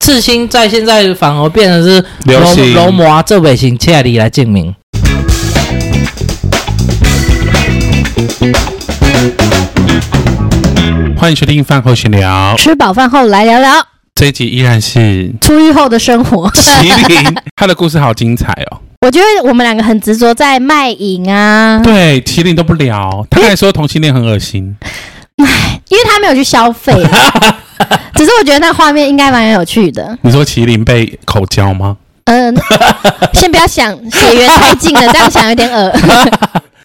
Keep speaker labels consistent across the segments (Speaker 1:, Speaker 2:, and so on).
Speaker 1: 刺青在现在反而变成是
Speaker 2: 流行
Speaker 1: 柔柔麻这尾型切里来证明。
Speaker 2: 欢迎收听饭后闲聊，
Speaker 3: 吃饱饭后来聊聊
Speaker 2: 这一集依然是
Speaker 3: 出狱后的生活。
Speaker 2: 麒麟，他的故事好精彩哦。
Speaker 3: 我觉得我们两个很执着在卖淫啊，
Speaker 2: 对，麒麟都不聊，他还说同性恋很恶心。
Speaker 3: 因为他没有去消费啊。只是我觉得那画面应该蛮有趣的。
Speaker 2: 你说麒麟被口交吗？
Speaker 3: 嗯、 先不要想血缘太近了，这样想有点恶。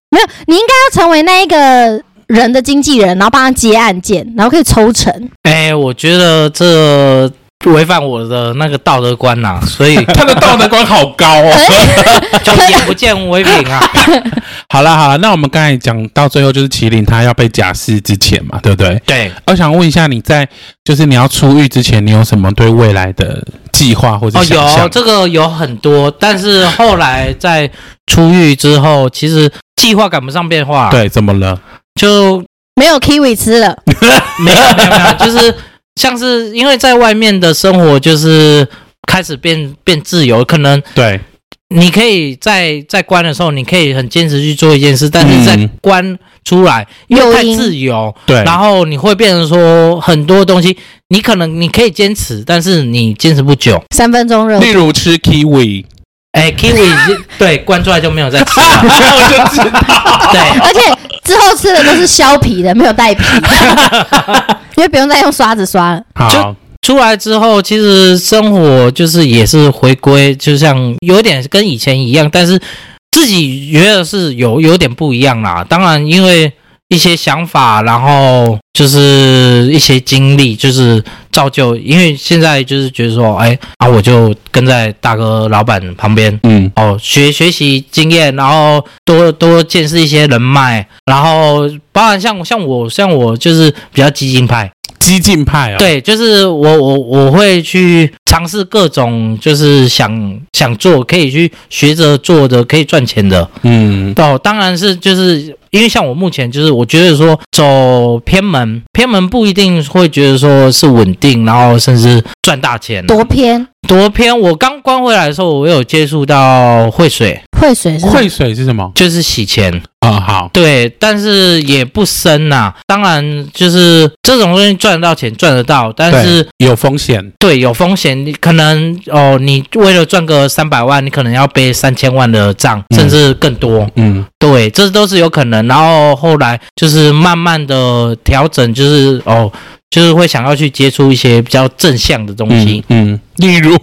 Speaker 3: 没有，你应该要成为那一个人的经纪人，然后帮他接案件，然后可以抽成。
Speaker 1: 哎、我觉得这违反我的那个道德观呐、所 以
Speaker 2: 他的道德观好高哦。
Speaker 1: 就眼不见为凭啊。
Speaker 2: 好啦好啦，那我们刚才讲到最后，就是麒麟他要被假释之前嘛，对不 对？
Speaker 1: 对，
Speaker 2: 我想问一下，你在就是你要出狱之前，你有什么对未来的计划或者
Speaker 1: 哦，
Speaker 2: 想象？
Speaker 1: 有这个有很多，但是后来在出狱之后，其实计划赶不上变化，，
Speaker 2: 对，怎么了？
Speaker 1: 就
Speaker 3: 没有 kiwi 吃了，
Speaker 1: 没有没有没有， 就是像是因为在外面的生活就是开始变变自由，可能
Speaker 2: 对，
Speaker 1: 你可以在在关的时候，你可以很坚持去做一件事，但是在
Speaker 2: 嗯
Speaker 1: 关出来，因为
Speaker 3: 诱
Speaker 1: 太
Speaker 3: 因
Speaker 1: 自由，
Speaker 2: 对，
Speaker 1: 然后你会变成说很多东西，你可能你可以坚持，但是你坚持不久。
Speaker 3: 三分钟热度
Speaker 2: 例。如 吃 kiwi，
Speaker 1: 哎，kiwi 是对关出来就没有再吃了，
Speaker 2: 我就知道。
Speaker 1: 对，
Speaker 3: 而且之后吃的都是削皮的，没有带皮，因为不用再用刷子刷了。
Speaker 2: 好，
Speaker 1: 出来之后其实生活就是也是回归，就像有点跟以前一样，但是自己觉得是有有点不一样啦。当然，因为一些想法，然后就是一些经历，就是造就，因为现在就是觉得说，哎啊，我就跟在大哥老板旁边，
Speaker 2: 嗯，
Speaker 1: 哦，学学习经验，然后多多见识一些人脉，然后包含像像我像我就是比较激进派，
Speaker 2: 激进派哦。，
Speaker 1: 对，就是我我我会去尝试各种就是想想做可以去学着做的可以赚钱的。
Speaker 2: 嗯，
Speaker 1: 哦，当然是就是因为像我目前就是我觉得说走偏门，偏门不一定会觉得说是稳定，然后甚至赚大钱。
Speaker 3: 多偏
Speaker 1: 多偏，我刚关回来的时候，我有接触到汇水，
Speaker 3: 会水是吧
Speaker 2: 汇水是什么？
Speaker 1: 就是洗钱。
Speaker 2: 啊，好，
Speaker 1: 对，但是也不深呐、当然，就是这种东西赚得到钱赚得到，但是
Speaker 2: 对有风险。
Speaker 1: 对有风险，你可能哦，你为了赚个三百万，你可能要背三千万的账，
Speaker 2: 嗯
Speaker 1: 甚至更多。
Speaker 2: 嗯，
Speaker 1: 对，这都是有可能。然后后来就是慢慢的调整，就是哦，就是会想要去接触一些比较正向的东西。
Speaker 2: 嗯嗯，例如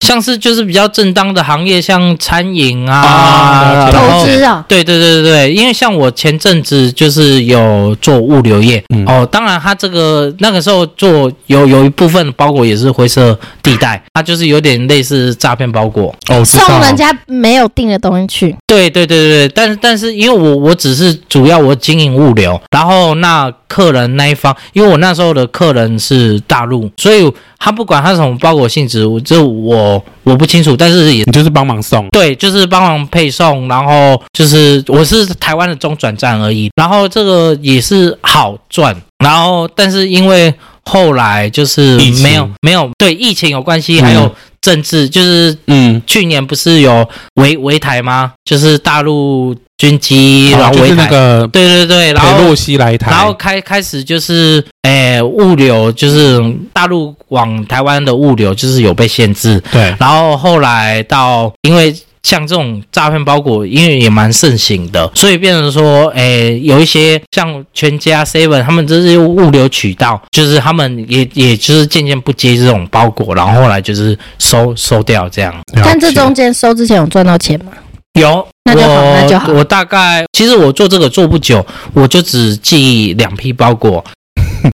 Speaker 1: 像是就是比较正当的行业，像餐饮啊，
Speaker 2: 啊了解
Speaker 1: 然后
Speaker 3: 投资啊，
Speaker 1: 对对对对对，因为像我前阵子就是有做物流业、
Speaker 2: 嗯
Speaker 1: 哦，当然它这个那个时候做有有一部分包裹也是灰色地带，它就是有点类似诈骗包裹。
Speaker 2: 哦，知道
Speaker 3: 送人家没有订的东西去，
Speaker 1: 对对对对，对但是但是因为我我只是主要我经营物流，然后那客人那一方，因为我那时候的客人是大陆，所以他不管他什么包裹性质，我这我我不清楚，但是也
Speaker 2: 你就是帮忙送。
Speaker 1: 对，就是帮忙配送，然后就是我是台湾的中转站而已，然后这个也是好赚，然后但是因为后来就是
Speaker 2: 疫情
Speaker 1: 没有没有对疫情有关系，
Speaker 2: 嗯
Speaker 1: 还有政治，就是
Speaker 2: 嗯，
Speaker 1: 去年不是有围围台吗？就是大陆军机然
Speaker 2: 好
Speaker 1: 后
Speaker 2: 啊哦就
Speaker 1: 围
Speaker 2: 是
Speaker 1: 台，
Speaker 2: 那个
Speaker 1: 对对对，然
Speaker 2: 裴
Speaker 1: 后
Speaker 2: 洛西来台，
Speaker 1: 然后开开始就是，诶、物流就是大陆往台湾的物流就是有被限制，
Speaker 2: 对，
Speaker 1: 然后后来到因为。像这种诈骗包裹，因为也蛮盛行的，所以变成说，诶、有一些像全家、seven 他们这些物流渠道，就是他们也也就是渐渐不接这种包裹，然后后来就是收收掉这样。
Speaker 3: 但这
Speaker 2: 了解
Speaker 3: 中间收之前有赚到钱吗？
Speaker 1: 有，
Speaker 3: 那就好
Speaker 1: 我
Speaker 3: 那就好
Speaker 1: 我大概其实我做这个做不久，我就只寄两批包裹，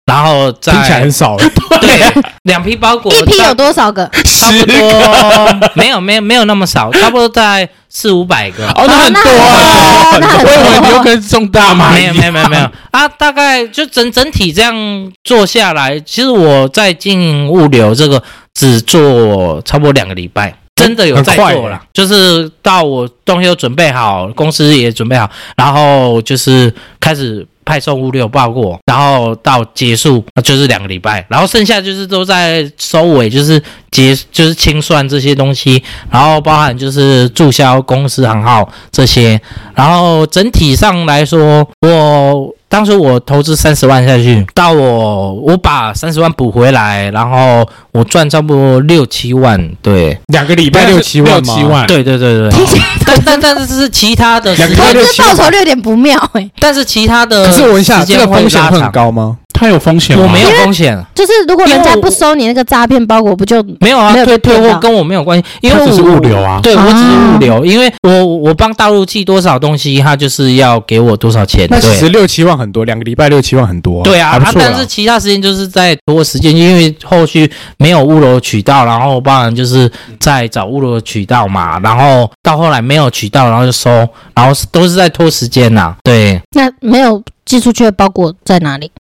Speaker 1: 然后再
Speaker 2: 听起来很少，
Speaker 1: 对两批包裹，
Speaker 3: 一批
Speaker 1: 大哦
Speaker 3: 有多 少 个？
Speaker 1: 差
Speaker 2: 十
Speaker 1: 不
Speaker 2: 个
Speaker 1: 多 没有没有没有那么少，差不多在四五百个。
Speaker 2: 哦，那很多啊，
Speaker 3: 啊那很多
Speaker 2: 我以为你又跟送大麻
Speaker 1: 没
Speaker 2: 一
Speaker 1: 有
Speaker 2: 样
Speaker 1: 没有没有没有啊，大概就整整体这样做下来，其实我在经营物流这个只做差不多两个礼拜，真的有在
Speaker 2: 很快
Speaker 1: 做啦，就是到我东西都准备好，公司也准备好，然后就是开始派送物流报过，然后到结束呃就是两个礼拜，然后剩下就是都在收尾，就是结就是清算这些东西，然后包含就是注销公司行号这些，然后整体上来说，我当时我投资三十万下去，到我我把三十万补回来，然后我赚差不多六七万，对，
Speaker 4: 两个礼拜六七万吗？
Speaker 2: 六七万，
Speaker 1: 对对对对
Speaker 3: 听
Speaker 1: 对，
Speaker 3: 起来
Speaker 1: 但但但是是其他的时
Speaker 4: 两个
Speaker 3: 投
Speaker 1: 间，
Speaker 4: 月
Speaker 3: 资报酬率有点不妙哎、
Speaker 1: 但是其他的
Speaker 4: 可是我问一下，
Speaker 1: 时
Speaker 4: 这
Speaker 1: 间
Speaker 4: 个
Speaker 1: 会
Speaker 4: 风险
Speaker 1: 拉
Speaker 4: 嗯会
Speaker 1: 长
Speaker 4: 很，高吗？
Speaker 2: 它有风险吗？
Speaker 1: 我没有风险。啊
Speaker 3: 就是如果人家不收你那个诈骗包裹，不就
Speaker 1: 没有啊，
Speaker 3: 没有
Speaker 1: 退
Speaker 3: 被
Speaker 1: 退
Speaker 3: 骗
Speaker 1: 货
Speaker 3: 到
Speaker 1: 跟我没有关系，因为
Speaker 2: 它
Speaker 1: 我
Speaker 2: 只是物流啊。
Speaker 1: 对我只是
Speaker 3: 啊
Speaker 1: 物流，因为我我帮大陆寄多少东西，他就是要给我多少钱。
Speaker 4: 那其
Speaker 1: 对
Speaker 4: 实六七万很多，两个礼拜六七万很多，
Speaker 1: 对啊，
Speaker 4: 还
Speaker 1: 啊
Speaker 4: 不错啦。
Speaker 1: 但是其他时间就是在拖时间，因为后续没有物流渠道，然后当然就是在找物流渠道嘛，然后到后来没有渠道，然后就收，然后都是在拖时间呐、对，
Speaker 3: 那没有寄出去的包裹在哪里？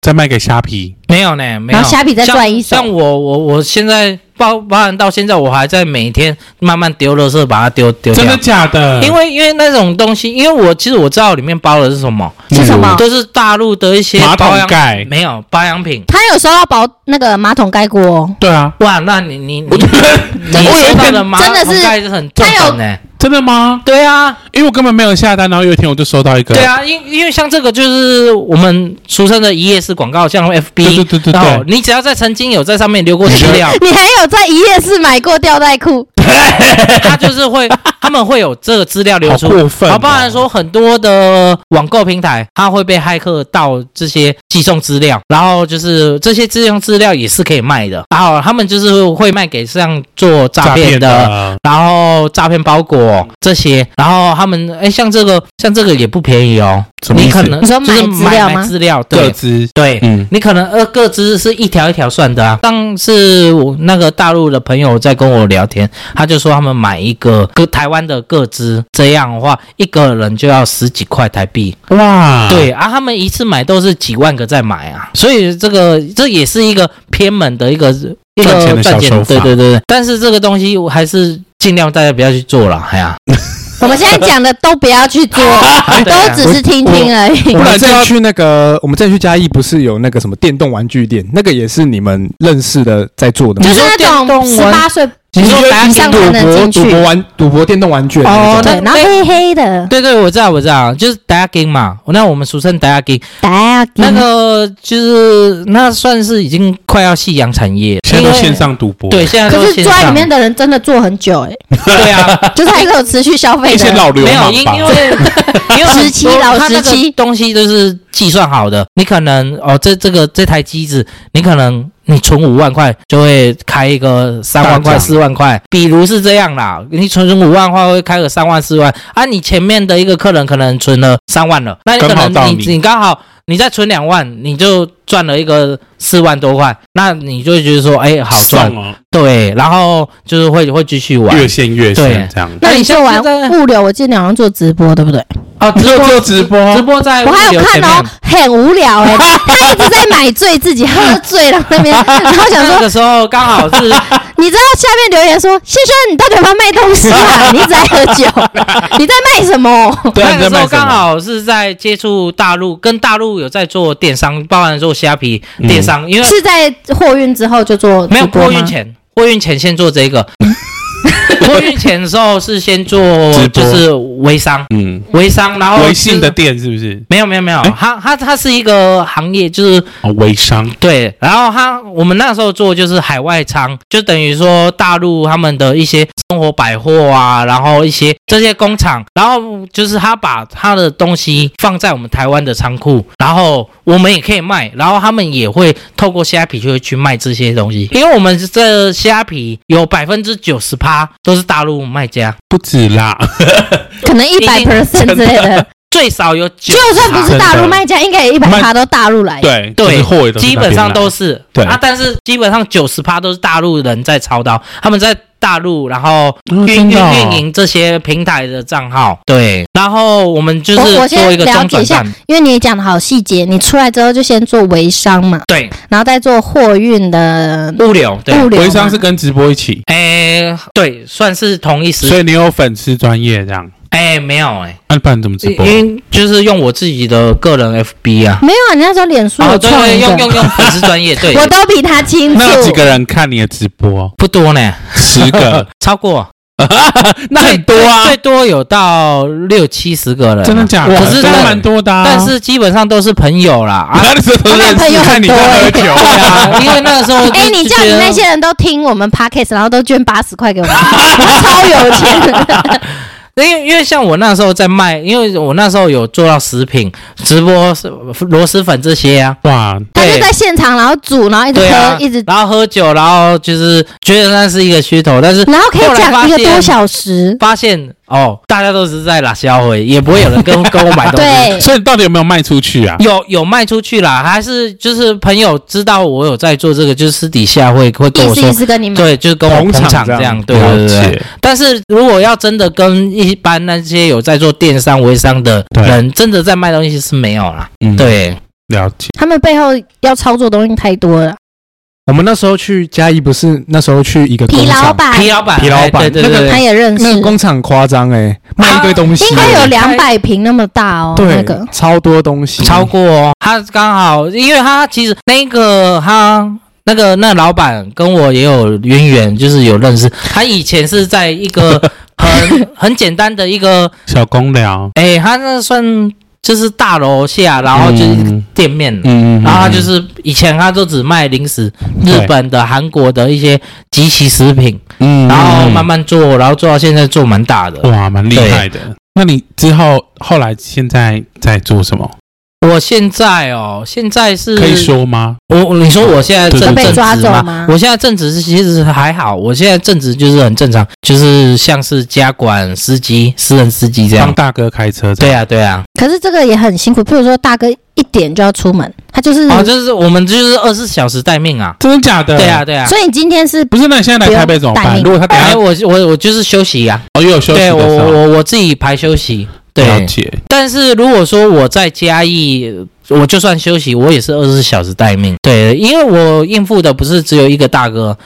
Speaker 2: 再卖给虾皮，
Speaker 1: 没有呢，没有
Speaker 3: 然后。虾皮再赚一手，
Speaker 1: 像我我我现在包包含到现在，我还在每天慢慢丢垃圾，把它丢丢掉
Speaker 2: 真。的假的？
Speaker 1: 因为因为那种东西，因为我其实我知道里面包的是什么，
Speaker 3: 是什么？
Speaker 1: 都是大陆的一些
Speaker 2: 嗯马桶
Speaker 1: 保养
Speaker 2: 盖
Speaker 1: 没有保养品。
Speaker 3: 他有收到保那个马桶盖锅哦，
Speaker 2: 对啊，
Speaker 1: 哇，那你你你
Speaker 2: 我觉得
Speaker 1: 你
Speaker 2: 我有一
Speaker 1: 收到
Speaker 2: 天
Speaker 1: 的马
Speaker 3: 真的
Speaker 1: 桶
Speaker 3: 是
Speaker 1: 盖是很重
Speaker 3: 它有
Speaker 1: 的呢。
Speaker 2: 真的吗？
Speaker 1: 对啊，
Speaker 2: 因为我根本没有下单，然后有一天我就收到一个，
Speaker 1: 对，啊，因因为像这个就是我们俗称的一页式广告，像
Speaker 2: 对对
Speaker 1: FB，
Speaker 2: 对对
Speaker 1: 然后
Speaker 2: 对，
Speaker 1: 你只要在曾经有在上面留过资料，
Speaker 3: 你还有在一夜市买过吊带 裤，
Speaker 1: 他就是会他们会有这个资料流
Speaker 2: 好
Speaker 1: 出，
Speaker 2: 过分哦
Speaker 1: 好，包含说很多的网购平台，它会被骇客盗这些寄送资料，然后就是这些寄送资料也是可以卖的，然后他们就是会卖给像做诈骗的。
Speaker 2: 的，
Speaker 1: 然后诈骗包裹这些，然后他们哎，像这个像这个也不便宜哦，
Speaker 2: 什么意
Speaker 1: 你
Speaker 2: 思
Speaker 1: 可能
Speaker 3: 你说
Speaker 1: 就是
Speaker 3: 买资料
Speaker 1: 买
Speaker 3: 吗
Speaker 1: 资料
Speaker 2: 各
Speaker 1: 对
Speaker 2: 自，
Speaker 1: 对，
Speaker 2: 嗯，
Speaker 1: 你可能呃各自是一条一条算的啊。当是我那个大陆的朋友在跟我聊天，他就说他们买一个各台湾的各自，这样的话一个人就要十几块台币。
Speaker 2: 哇，
Speaker 1: 对啊，他们一次买都是几万个在买啊，所以这个这也是一个偏门的一个一
Speaker 2: 赚钱
Speaker 1: 个
Speaker 2: 的
Speaker 1: 赚
Speaker 2: 小
Speaker 1: 钱
Speaker 2: 手法
Speaker 1: 对对对对。但是这个东西我还是尽量大家不要去做了，哎呀，
Speaker 3: 我们现在讲的都不要去做，
Speaker 1: 对啊
Speaker 3: 都只是听听而已
Speaker 4: 我。
Speaker 2: 不
Speaker 4: 们
Speaker 2: 然就要
Speaker 4: 再去那个，我们再去嘉义，不是有那个什么电动玩具店？那个也是你们认识的在做的 吗
Speaker 3: 就？是
Speaker 1: 你说
Speaker 3: 那
Speaker 1: 电动
Speaker 3: 种
Speaker 1: 玩
Speaker 3: 十八岁
Speaker 1: 你说
Speaker 3: 以上才
Speaker 4: 赌博、
Speaker 3: 能进
Speaker 4: 赌博
Speaker 3: 去，
Speaker 4: 玩、赌博电动玩具的那
Speaker 1: 哦
Speaker 4: 种
Speaker 1: 那
Speaker 3: 对，然后
Speaker 1: 对
Speaker 3: 黑黑的，
Speaker 1: 对对，我知道我知道，就是打压 game 嘛，那我们俗称打压
Speaker 2: 嗯
Speaker 1: game，
Speaker 3: 打
Speaker 1: 那个就是那算是已经快要夕阳产业了，
Speaker 2: 现在都
Speaker 1: 因为
Speaker 2: 线上赌博，
Speaker 1: 对，，现在
Speaker 3: 可
Speaker 1: 都
Speaker 3: 是
Speaker 1: 线
Speaker 3: 坐在里
Speaker 1: 上
Speaker 3: 面的人真的坐很久， 哎，
Speaker 1: 对 啊，
Speaker 3: 就是还是有持续消费
Speaker 2: 一些
Speaker 3: 的。
Speaker 2: 老流
Speaker 1: 没有
Speaker 2: 氓
Speaker 1: 因因
Speaker 2: 吧，
Speaker 1: 为 因为
Speaker 3: 时期老
Speaker 1: 它那
Speaker 3: 时期
Speaker 1: 个东西都是计算好的，你可能哦这这个这台机子，你可能你存五万块就会开一个三万
Speaker 2: 大
Speaker 1: 块
Speaker 2: 奖
Speaker 1: 四万块，比如是这样啦，你存五万块会开个三万四万啊，你前面的一个客人可能存了三万了，那你可
Speaker 2: 刚好到
Speaker 1: 能你
Speaker 2: 你
Speaker 1: 你刚好。你再存两万，你就赚了一个四万多块，那你就会觉得说，哎、好赚，
Speaker 2: 送哦，
Speaker 1: 对，然后就是会会继续玩，
Speaker 2: 越线越线
Speaker 1: 对
Speaker 2: 这样，
Speaker 3: 那你做完
Speaker 1: 那你像现在
Speaker 3: 物流，我记得你好像做直播，对不对？
Speaker 1: 哦，只有
Speaker 2: 做直播
Speaker 1: 直播在
Speaker 3: 我还有
Speaker 1: 物流
Speaker 3: 看
Speaker 1: 前
Speaker 3: 哦
Speaker 1: 面，
Speaker 3: 很无 聊哎、他一直在买醉自己，喝醉了那边，然后想
Speaker 1: 那
Speaker 3: 说，
Speaker 1: 个时候刚好 是，
Speaker 3: 你知道下面留言说，先生你到底有没有卖东 西啊？你一直在喝酒，你在卖什么？
Speaker 2: 对啊，
Speaker 1: 那
Speaker 2: 你
Speaker 1: 个
Speaker 2: 在
Speaker 1: 时
Speaker 2: 卖
Speaker 1: 候
Speaker 2: 什
Speaker 1: 刚
Speaker 2: 么？
Speaker 1: 好是在接触大陆，跟大陆有在做电商，包含做虾皮电商，因为
Speaker 3: 是在货运之后就做
Speaker 1: 没有
Speaker 3: 直播吗
Speaker 1: 货运，前，货运前先做这 个，货运前的时候是先做
Speaker 2: 直播
Speaker 1: 就是微商，
Speaker 2: 嗯，
Speaker 1: 微商，然后
Speaker 2: 微
Speaker 1: 就是
Speaker 2: 信的店是不是？
Speaker 1: 没有没有没有，它它它是一个行业，就是
Speaker 2: 哦，微商，
Speaker 1: 对，然后他我们那时候做就是海外仓，就等于说大陆他们的一些生活百货啊，然后一些这些工厂，然后就是他把他的东西放在我们台湾的仓库，然后我们也可以卖，然后他们也会透过虾皮就会去卖这些东西，因为我们这虾皮有百分之九十趴都是大陆卖家，
Speaker 2: 不止啦，
Speaker 3: 可能一百 percent 之类 的，
Speaker 1: 最少有九
Speaker 3: 就，算不是大陆卖家，应该也一百
Speaker 2: 卖
Speaker 3: 趴都大陆来的。
Speaker 2: 对
Speaker 1: 哎对
Speaker 2: 就是货也都是
Speaker 1: 基
Speaker 2: 那
Speaker 1: 本
Speaker 2: 边
Speaker 1: 上
Speaker 2: 来
Speaker 1: 都是
Speaker 2: 对
Speaker 1: 啊，但是基本上九十趴都是大陆人在操刀，他们在大陆，然后
Speaker 2: 哦
Speaker 1: 运
Speaker 2: 真
Speaker 1: 运
Speaker 2: 的哦
Speaker 1: 运营这些平台的账号，对，然后我们就
Speaker 3: 我我
Speaker 1: 是
Speaker 3: 先
Speaker 1: 做一个
Speaker 3: 了
Speaker 1: 中
Speaker 3: 解
Speaker 1: 转
Speaker 3: 一下
Speaker 1: 站，
Speaker 3: 因为你也讲的好细节，你出来之后就先做微商嘛，
Speaker 1: 对，
Speaker 3: 然后再做货运的
Speaker 1: 物流，对，
Speaker 3: 物流嘛。
Speaker 2: 微商是跟直播一起，
Speaker 1: 哎，对，算是同一时，
Speaker 2: 所以你有粉丝专业这样，
Speaker 1: 哎，没有哎，
Speaker 2: 那、不然怎么直
Speaker 1: 因
Speaker 2: 播？
Speaker 1: 因就是用我自己的个人 FB 啊，
Speaker 3: 没有啊，你那时候脸书
Speaker 1: 哦
Speaker 3: 有
Speaker 1: 对
Speaker 3: 创
Speaker 1: 对，
Speaker 3: 一
Speaker 1: 用用
Speaker 3: 个，
Speaker 1: 用粉丝专业， 对，
Speaker 3: 我都比他清楚。
Speaker 2: 那有几个人看你的直播？
Speaker 1: 不多呢，
Speaker 2: 十 个，
Speaker 1: 超过
Speaker 2: 那很多啊
Speaker 1: 最，最多有到六七十个人，啊
Speaker 2: 真的假的？
Speaker 1: 可是
Speaker 2: 真的
Speaker 1: 那
Speaker 2: 蛮多的、啊。
Speaker 1: 但是基本上都是朋友啦，啊，
Speaker 2: 他的时候都
Speaker 3: 他
Speaker 2: 认
Speaker 3: 男朋
Speaker 2: 识，
Speaker 3: 友
Speaker 2: 看
Speaker 3: 很
Speaker 2: 你
Speaker 3: 多
Speaker 2: 在喝 酒。
Speaker 1: 对啊，因为那个时候就，
Speaker 3: 哎，你
Speaker 1: 就
Speaker 3: 叫
Speaker 1: 觉
Speaker 3: 你
Speaker 1: 得
Speaker 3: 那些人都听我们 podcast，然后都捐八十块给 我们，超有钱。
Speaker 1: 因为因为像我那时候在卖，因为我那时候有做到食品直播是螺蛳粉这些啊，
Speaker 2: 哇，
Speaker 3: 他就
Speaker 1: 对
Speaker 3: 在现场，然后煮，然后一直
Speaker 1: 对啊
Speaker 3: 喝，一直，
Speaker 1: 然后喝酒，然后就是觉得那是一个噱头，但是
Speaker 3: 然后可
Speaker 1: 后
Speaker 3: 以
Speaker 1: 来
Speaker 3: 讲
Speaker 1: 发
Speaker 3: 一个多
Speaker 1: 现
Speaker 3: 小时。
Speaker 1: 发现哦，大家都是在拉销毁，也不会有人跟跟我买东西。
Speaker 3: 对，
Speaker 2: 所以你到底有没有卖出去啊？
Speaker 1: 有有卖出去啦，还是就是朋友知道我有在做这个，就是私底下会会跟
Speaker 3: 意
Speaker 1: 我
Speaker 3: 思
Speaker 1: 哦说
Speaker 3: 意，思跟你们，
Speaker 1: 对，就是跟我
Speaker 4: 捧
Speaker 1: 捧
Speaker 4: 场
Speaker 1: 场
Speaker 4: 这样
Speaker 1: 这样，对对对对。
Speaker 2: 了解
Speaker 1: 但是如果要真的跟一般那些有在做电商微商的人，真的在卖东西是没有啦。
Speaker 2: 嗯，
Speaker 1: 对，
Speaker 2: 了解。
Speaker 3: 他们背后要操作东西太多了。
Speaker 4: 我们那时候去嘉义，不是那时候去一个
Speaker 3: 皮
Speaker 4: 工厂
Speaker 3: 老，板，
Speaker 1: 皮老板，
Speaker 4: 皮老板
Speaker 1: 哎对对
Speaker 4: 那
Speaker 1: 对
Speaker 3: 他
Speaker 1: 对，
Speaker 3: 也认识
Speaker 4: 那，个工厂夸张哎，卖一堆东西，
Speaker 3: 应该有两百平那么大哦。那
Speaker 4: 对
Speaker 3: 个，
Speaker 4: 超多东西，
Speaker 1: 超过哦他刚好，因为他其实那个他。那个那老板跟我也有渊源，就是有认识。他以前是在一 个很很简单的一个，
Speaker 2: 小公聊，
Speaker 1: 哎、他那算就是大楼下，然后就是一个
Speaker 2: 嗯
Speaker 1: 店面，
Speaker 2: 嗯，
Speaker 1: 然后他就是以前他都只卖零食，
Speaker 2: 对
Speaker 1: 日本的、韩国的一些集齐食品，
Speaker 2: 嗯，嗯
Speaker 1: 然后慢慢做，然后做到现在做蛮大的。
Speaker 2: 哇，蛮厉害的。那你之后后来现在在做什么？
Speaker 1: 我现在哦，现在是
Speaker 2: 可以说吗？
Speaker 1: 我你说我现在正
Speaker 2: 对
Speaker 3: 被
Speaker 1: 正
Speaker 3: 抓
Speaker 1: 职
Speaker 3: 走
Speaker 1: 吗？
Speaker 3: 吗？
Speaker 1: 我现在正职是其实还好，我现在正职就是很正常，就是像是家管司机、私人司机这
Speaker 2: 帮
Speaker 1: 样。
Speaker 2: 大哥开车？
Speaker 1: 对，啊，对啊，
Speaker 3: 可是这个也很辛苦，譬如说大哥一点就要出门，他就是，
Speaker 1: 哦，就是我们就是二十四小时待命啊。
Speaker 2: 真的假的？
Speaker 1: 对啊，，对啊。
Speaker 3: 所以你今天是
Speaker 2: 不是？那你现在来台北怎么
Speaker 3: 不用待
Speaker 2: 办？
Speaker 3: 命
Speaker 2: 如果他等下
Speaker 1: 哎，我我我就是休息呀、
Speaker 2: 哦又有休息
Speaker 1: 对我
Speaker 2: 的时候，
Speaker 1: 我我自己排休息。对，
Speaker 2: 了解。
Speaker 1: 但是如果说我在嘉义，我就算休息，我也是二十四小时待命。对，因为我应付的不是只有一个大哥，